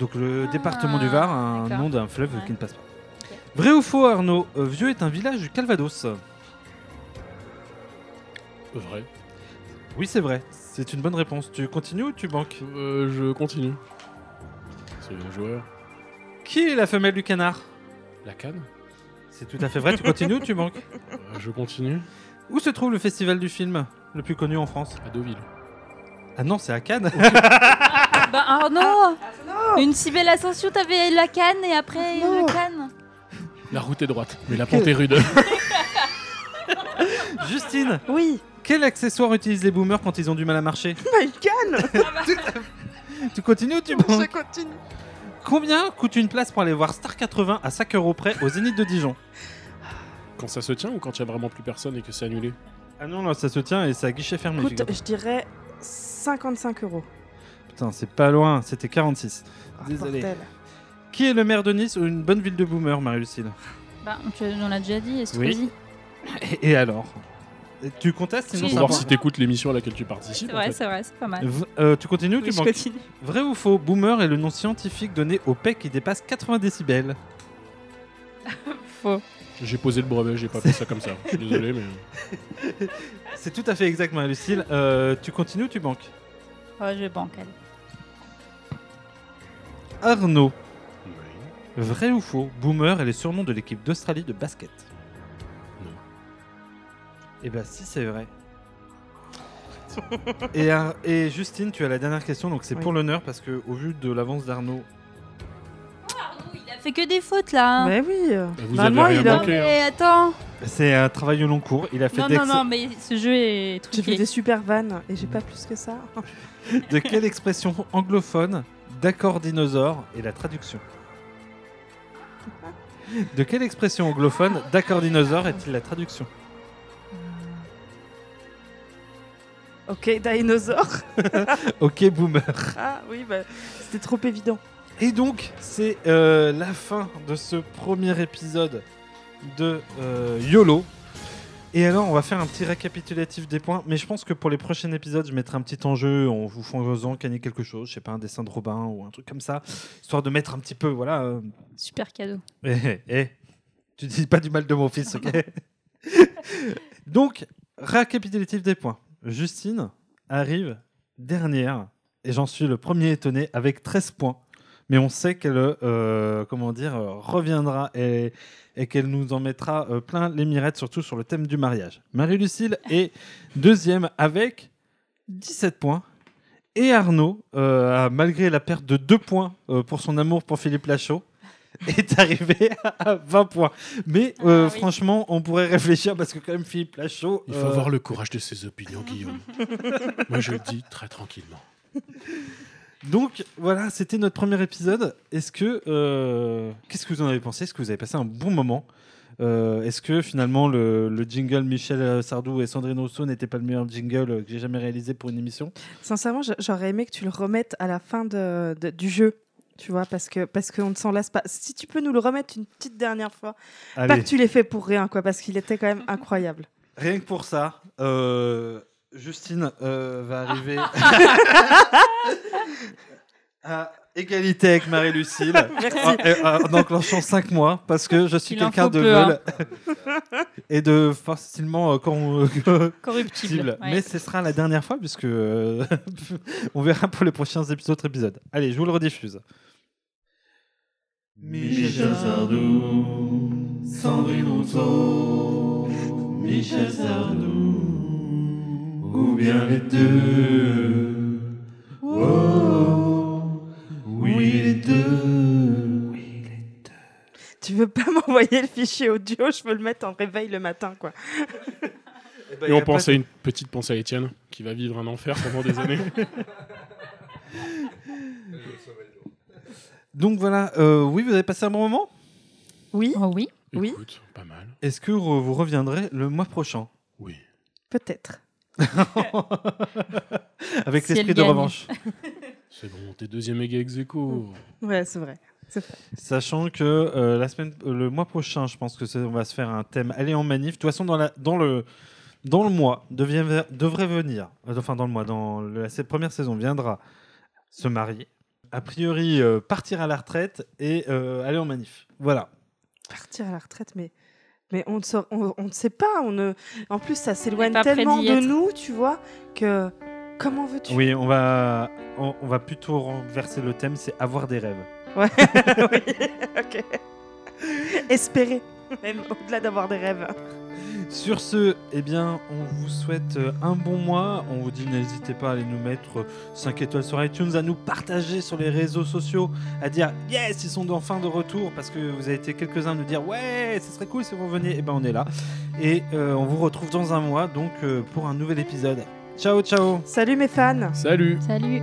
Speaker 4: Donc le
Speaker 1: Ah,
Speaker 4: département du Var a un
Speaker 1: d'accord.
Speaker 4: nom d'un fleuve
Speaker 1: Ouais.
Speaker 4: qui ne passe pas. Vrai ou faux Arnaud, euh, Vieux est un village du Calvados.
Speaker 2: Vrai.
Speaker 4: Oui c'est vrai, c'est une bonne réponse. Tu continues ou tu banques
Speaker 2: Euh, je continue. C'est un joueur.
Speaker 4: Qui est la femelle du canard
Speaker 2: La canne
Speaker 4: C'est tout à fait vrai, tu continues ou tu banques
Speaker 2: Euh, Je continue.
Speaker 4: Où se trouve le festival du film le plus connu en France
Speaker 2: À Deauville.
Speaker 4: Ah non, c'est à Cannes.
Speaker 1: Bah Arnaud Une si belle ascension, t'avais la canne et après
Speaker 3: Non.
Speaker 1: le canne.
Speaker 2: La route est droite, mais la
Speaker 4: Quel-
Speaker 2: pente est rude.
Speaker 4: Justine,
Speaker 3: Oui.
Speaker 4: Quel accessoire utilisent les boomers quand ils ont du mal à marcher
Speaker 3: Une
Speaker 2: Ah,
Speaker 3: canne
Speaker 4: Tu continues ou tu manques
Speaker 3: Je continue.
Speaker 4: Combien coûte une place pour aller voir Star 80 à 5 euros près au Zénith de Dijon
Speaker 2: Quand ça se tient ou quand il n'y a vraiment plus personne et que c'est annulé
Speaker 4: Ah non, là, ça se tient et c'est à guichet fermé.
Speaker 3: Écoute,
Speaker 4: figure-toi.
Speaker 3: je dirais 55 euros.
Speaker 4: Putain, c'est pas loin, c'était 46.
Speaker 3: Ah,
Speaker 4: Désolé.
Speaker 3: bordel.
Speaker 4: Qui est le maire de Nice ou une bonne ville de boomers, Marie-Lucille
Speaker 1: Bah, tu- on l'a déjà dit, Estrosi.
Speaker 4: Oui. Et, et alors Et Tu contestes sinon
Speaker 1: Si,
Speaker 4: ça
Speaker 2: Pour voir
Speaker 4: part
Speaker 2: si t'écoutes l'émission à laquelle tu participes.
Speaker 1: C'est
Speaker 2: en
Speaker 1: vrai,
Speaker 2: fait.
Speaker 1: c'est vrai, c'est pas mal.
Speaker 4: V- euh, Tu continues ou
Speaker 1: Oui,
Speaker 4: tu
Speaker 1: je
Speaker 4: manques
Speaker 1: continue.
Speaker 4: Vrai ou faux Boomer est le nom scientifique donné au PEC qui dépasse 80 décibels.
Speaker 1: Faux.
Speaker 2: J'ai posé le brevet, j'ai pas fait ça comme ça. Je suis désolé, mais.
Speaker 4: C'est tout à fait exact, Marie-Lucille. Euh, tu continues ou tu manques
Speaker 1: Ouais, je banque, allez.
Speaker 4: Arnaud. Vrai ou faux Boomer est le surnom de l'équipe d'Australie de basket.
Speaker 2: Non.
Speaker 4: Eh ben si c'est vrai. et, Ar- et Justine, tu as la dernière question, donc c'est
Speaker 3: Oui.
Speaker 4: pour l'honneur parce que au vu de l'avance d'Arnaud,
Speaker 1: Il a fait que des fautes, là. hein.
Speaker 3: Mais oui.
Speaker 2: Vous
Speaker 3: Bah,
Speaker 2: avez
Speaker 3: moi,
Speaker 2: rien
Speaker 3: il a-
Speaker 1: non,
Speaker 2: manqué.
Speaker 1: mais attends.
Speaker 4: c'est un travail au long cours. Il a euh, fait
Speaker 1: Non, non,
Speaker 4: d'ex-
Speaker 1: non, mais ce jeu est
Speaker 3: J'ai fait
Speaker 1: truqué.
Speaker 3: des super vannes et j'ai pas plus que ça.
Speaker 4: de quelle expression anglophone d'accord dinosaure et la traduction. De quelle expression anglophone d'accord dinosaure est-il la traduction
Speaker 3: Ok, dinosaure.
Speaker 4: Ok boomer.
Speaker 3: Ah oui, bah, c'était trop évident.
Speaker 4: Et donc, c'est euh, la fin de ce premier épisode de euh, YOLO. Et alors, on va faire un petit récapitulatif des points, mais je pense que pour les prochains épisodes, je mettrai un petit enjeu en vous faisant gagner quelque chose, je sais pas, un dessin de Robin ou un truc comme ça, histoire de mettre un petit peu, voilà. euh,
Speaker 1: Super cadeau.
Speaker 4: Eh, eh, eh, tu dis pas du mal de mon fils, ok Donc, récapitulatif des points. Justine arrive dernière, et j'en suis le premier étonné, avec 13 points. Mais on sait qu'elle, euh, comment dire, euh, reviendra et, et qu'elle nous en mettra euh, plein les mirettes, surtout sur le thème du mariage. Marie-Lucille est deuxième avec 17 points. Et Arnaud, euh, a, malgré la perte de 2 points euh, pour son amour pour Philippe Lachaud, est arrivé à 20 points. Mais
Speaker 1: Ah
Speaker 4: euh,
Speaker 1: oui.
Speaker 4: franchement, on pourrait réfléchir parce que quand même Philippe Lachaud...
Speaker 2: Il faut
Speaker 4: euh,
Speaker 2: avoir le courage de ses opinions, Guillaume. Moi, je le dis très tranquillement.
Speaker 4: euh, Donc voilà, c'était notre premier épisode. Est-ce que euh, qu'est-ce que vous en avez pensé Est-ce que vous avez passé un bon moment Euh, Est-ce que finalement le, le jingle Michel euh, Sardou et Sandrine Rousseau n'était pas le meilleur jingle euh, que j'ai jamais réalisé pour une émission
Speaker 3: Sincèrement, j'a- j'aurais aimé que tu le remettes à la fin de- de- du jeu. Tu vois, parce que parce qu'on ne s'en lasse pas. Si tu peux nous le remettre une petite dernière fois. Pas
Speaker 4: Allez,
Speaker 3: que tu l'aies fait pour rien, quoi, parce qu'il était quand même incroyable.
Speaker 4: rien que pour ça, euh, Justine euh, va arriver à Ah, égalité avec Marie-Lucille en, en- en enclenchant 5 mois parce que je suis
Speaker 1: Il en
Speaker 4: quelqu'un
Speaker 1: faut
Speaker 4: de
Speaker 1: peu, hein.
Speaker 4: veule et de facilement euh, quand on-
Speaker 1: Corruptible. ouais.
Speaker 4: Mais ce sera la dernière fois puisque euh, on verra pour les prochains épis- autres épisodes. Allez, je vous le rediffuse. Michel Sardou, Sandrine Rousseau, Michel Sardou, ou bien les deux. oui les deux.
Speaker 3: Tu veux pas m'envoyer le fichier audio Je peux le mettre en réveil le matin, quoi.
Speaker 2: Et on pense à une petite pensée à Étienne, qui va vivre un enfer pendant des années.
Speaker 4: Donc voilà, euh, oui, vous avez passé un bon moment.
Speaker 3: Oui,
Speaker 1: Oh oui.
Speaker 3: Oui.
Speaker 2: Écoute, pas mal.
Speaker 4: Est-ce que re- vous reviendrez le mois prochain
Speaker 2: Oui.
Speaker 3: peut-être.
Speaker 4: avec
Speaker 1: Si
Speaker 4: l'esprit
Speaker 1: elle
Speaker 4: de
Speaker 1: gagne.
Speaker 4: revanche
Speaker 2: C'est bon, t'es deuxième méga ex aequo.
Speaker 3: Ouais, c'est vrai.
Speaker 4: Sachant que euh, la semaine, euh, le mois prochain, je pense que c'est- on va se faire un thème aller en manif. De toute façon, dans, la, dans le dans le mois devient- devrait venir, euh, enfin dans le mois, dans le- la sa- première saison viendra se marier. A priori, euh, partir à la retraite et euh, aller en manif. Voilà.
Speaker 3: Partir à la retraite, mais. Mais on ne, saur- on, on ne sait pas. On ne... En plus, ça s'éloigne
Speaker 1: pas près
Speaker 3: tellement
Speaker 1: d'y
Speaker 3: de
Speaker 1: être.
Speaker 3: nous, tu vois, que. Comment veux-tu
Speaker 4: Oui, on va on, on va plutôt renverser le thème, c'est avoir des rêves.
Speaker 3: Oui, ok. Espérer. Même au-delà d'avoir des rêves.
Speaker 4: Sur ce, eh bien, on vous souhaite euh, un bon mois. On vous dit, n'hésitez pas à aller nous mettre euh, 5 étoiles sur iTunes, à nous partager sur les réseaux sociaux, à dire yes, ils sont enfin de retour parce que vous avez été quelques-uns à nous dire ouais, ce serait cool si vous veniez. Eh ben, on est là. Et euh, on vous retrouve dans un mois donc euh, pour un nouvel épisode. Ciao, ciao.
Speaker 3: Salut mes fans.
Speaker 2: Salut.
Speaker 1: Salut.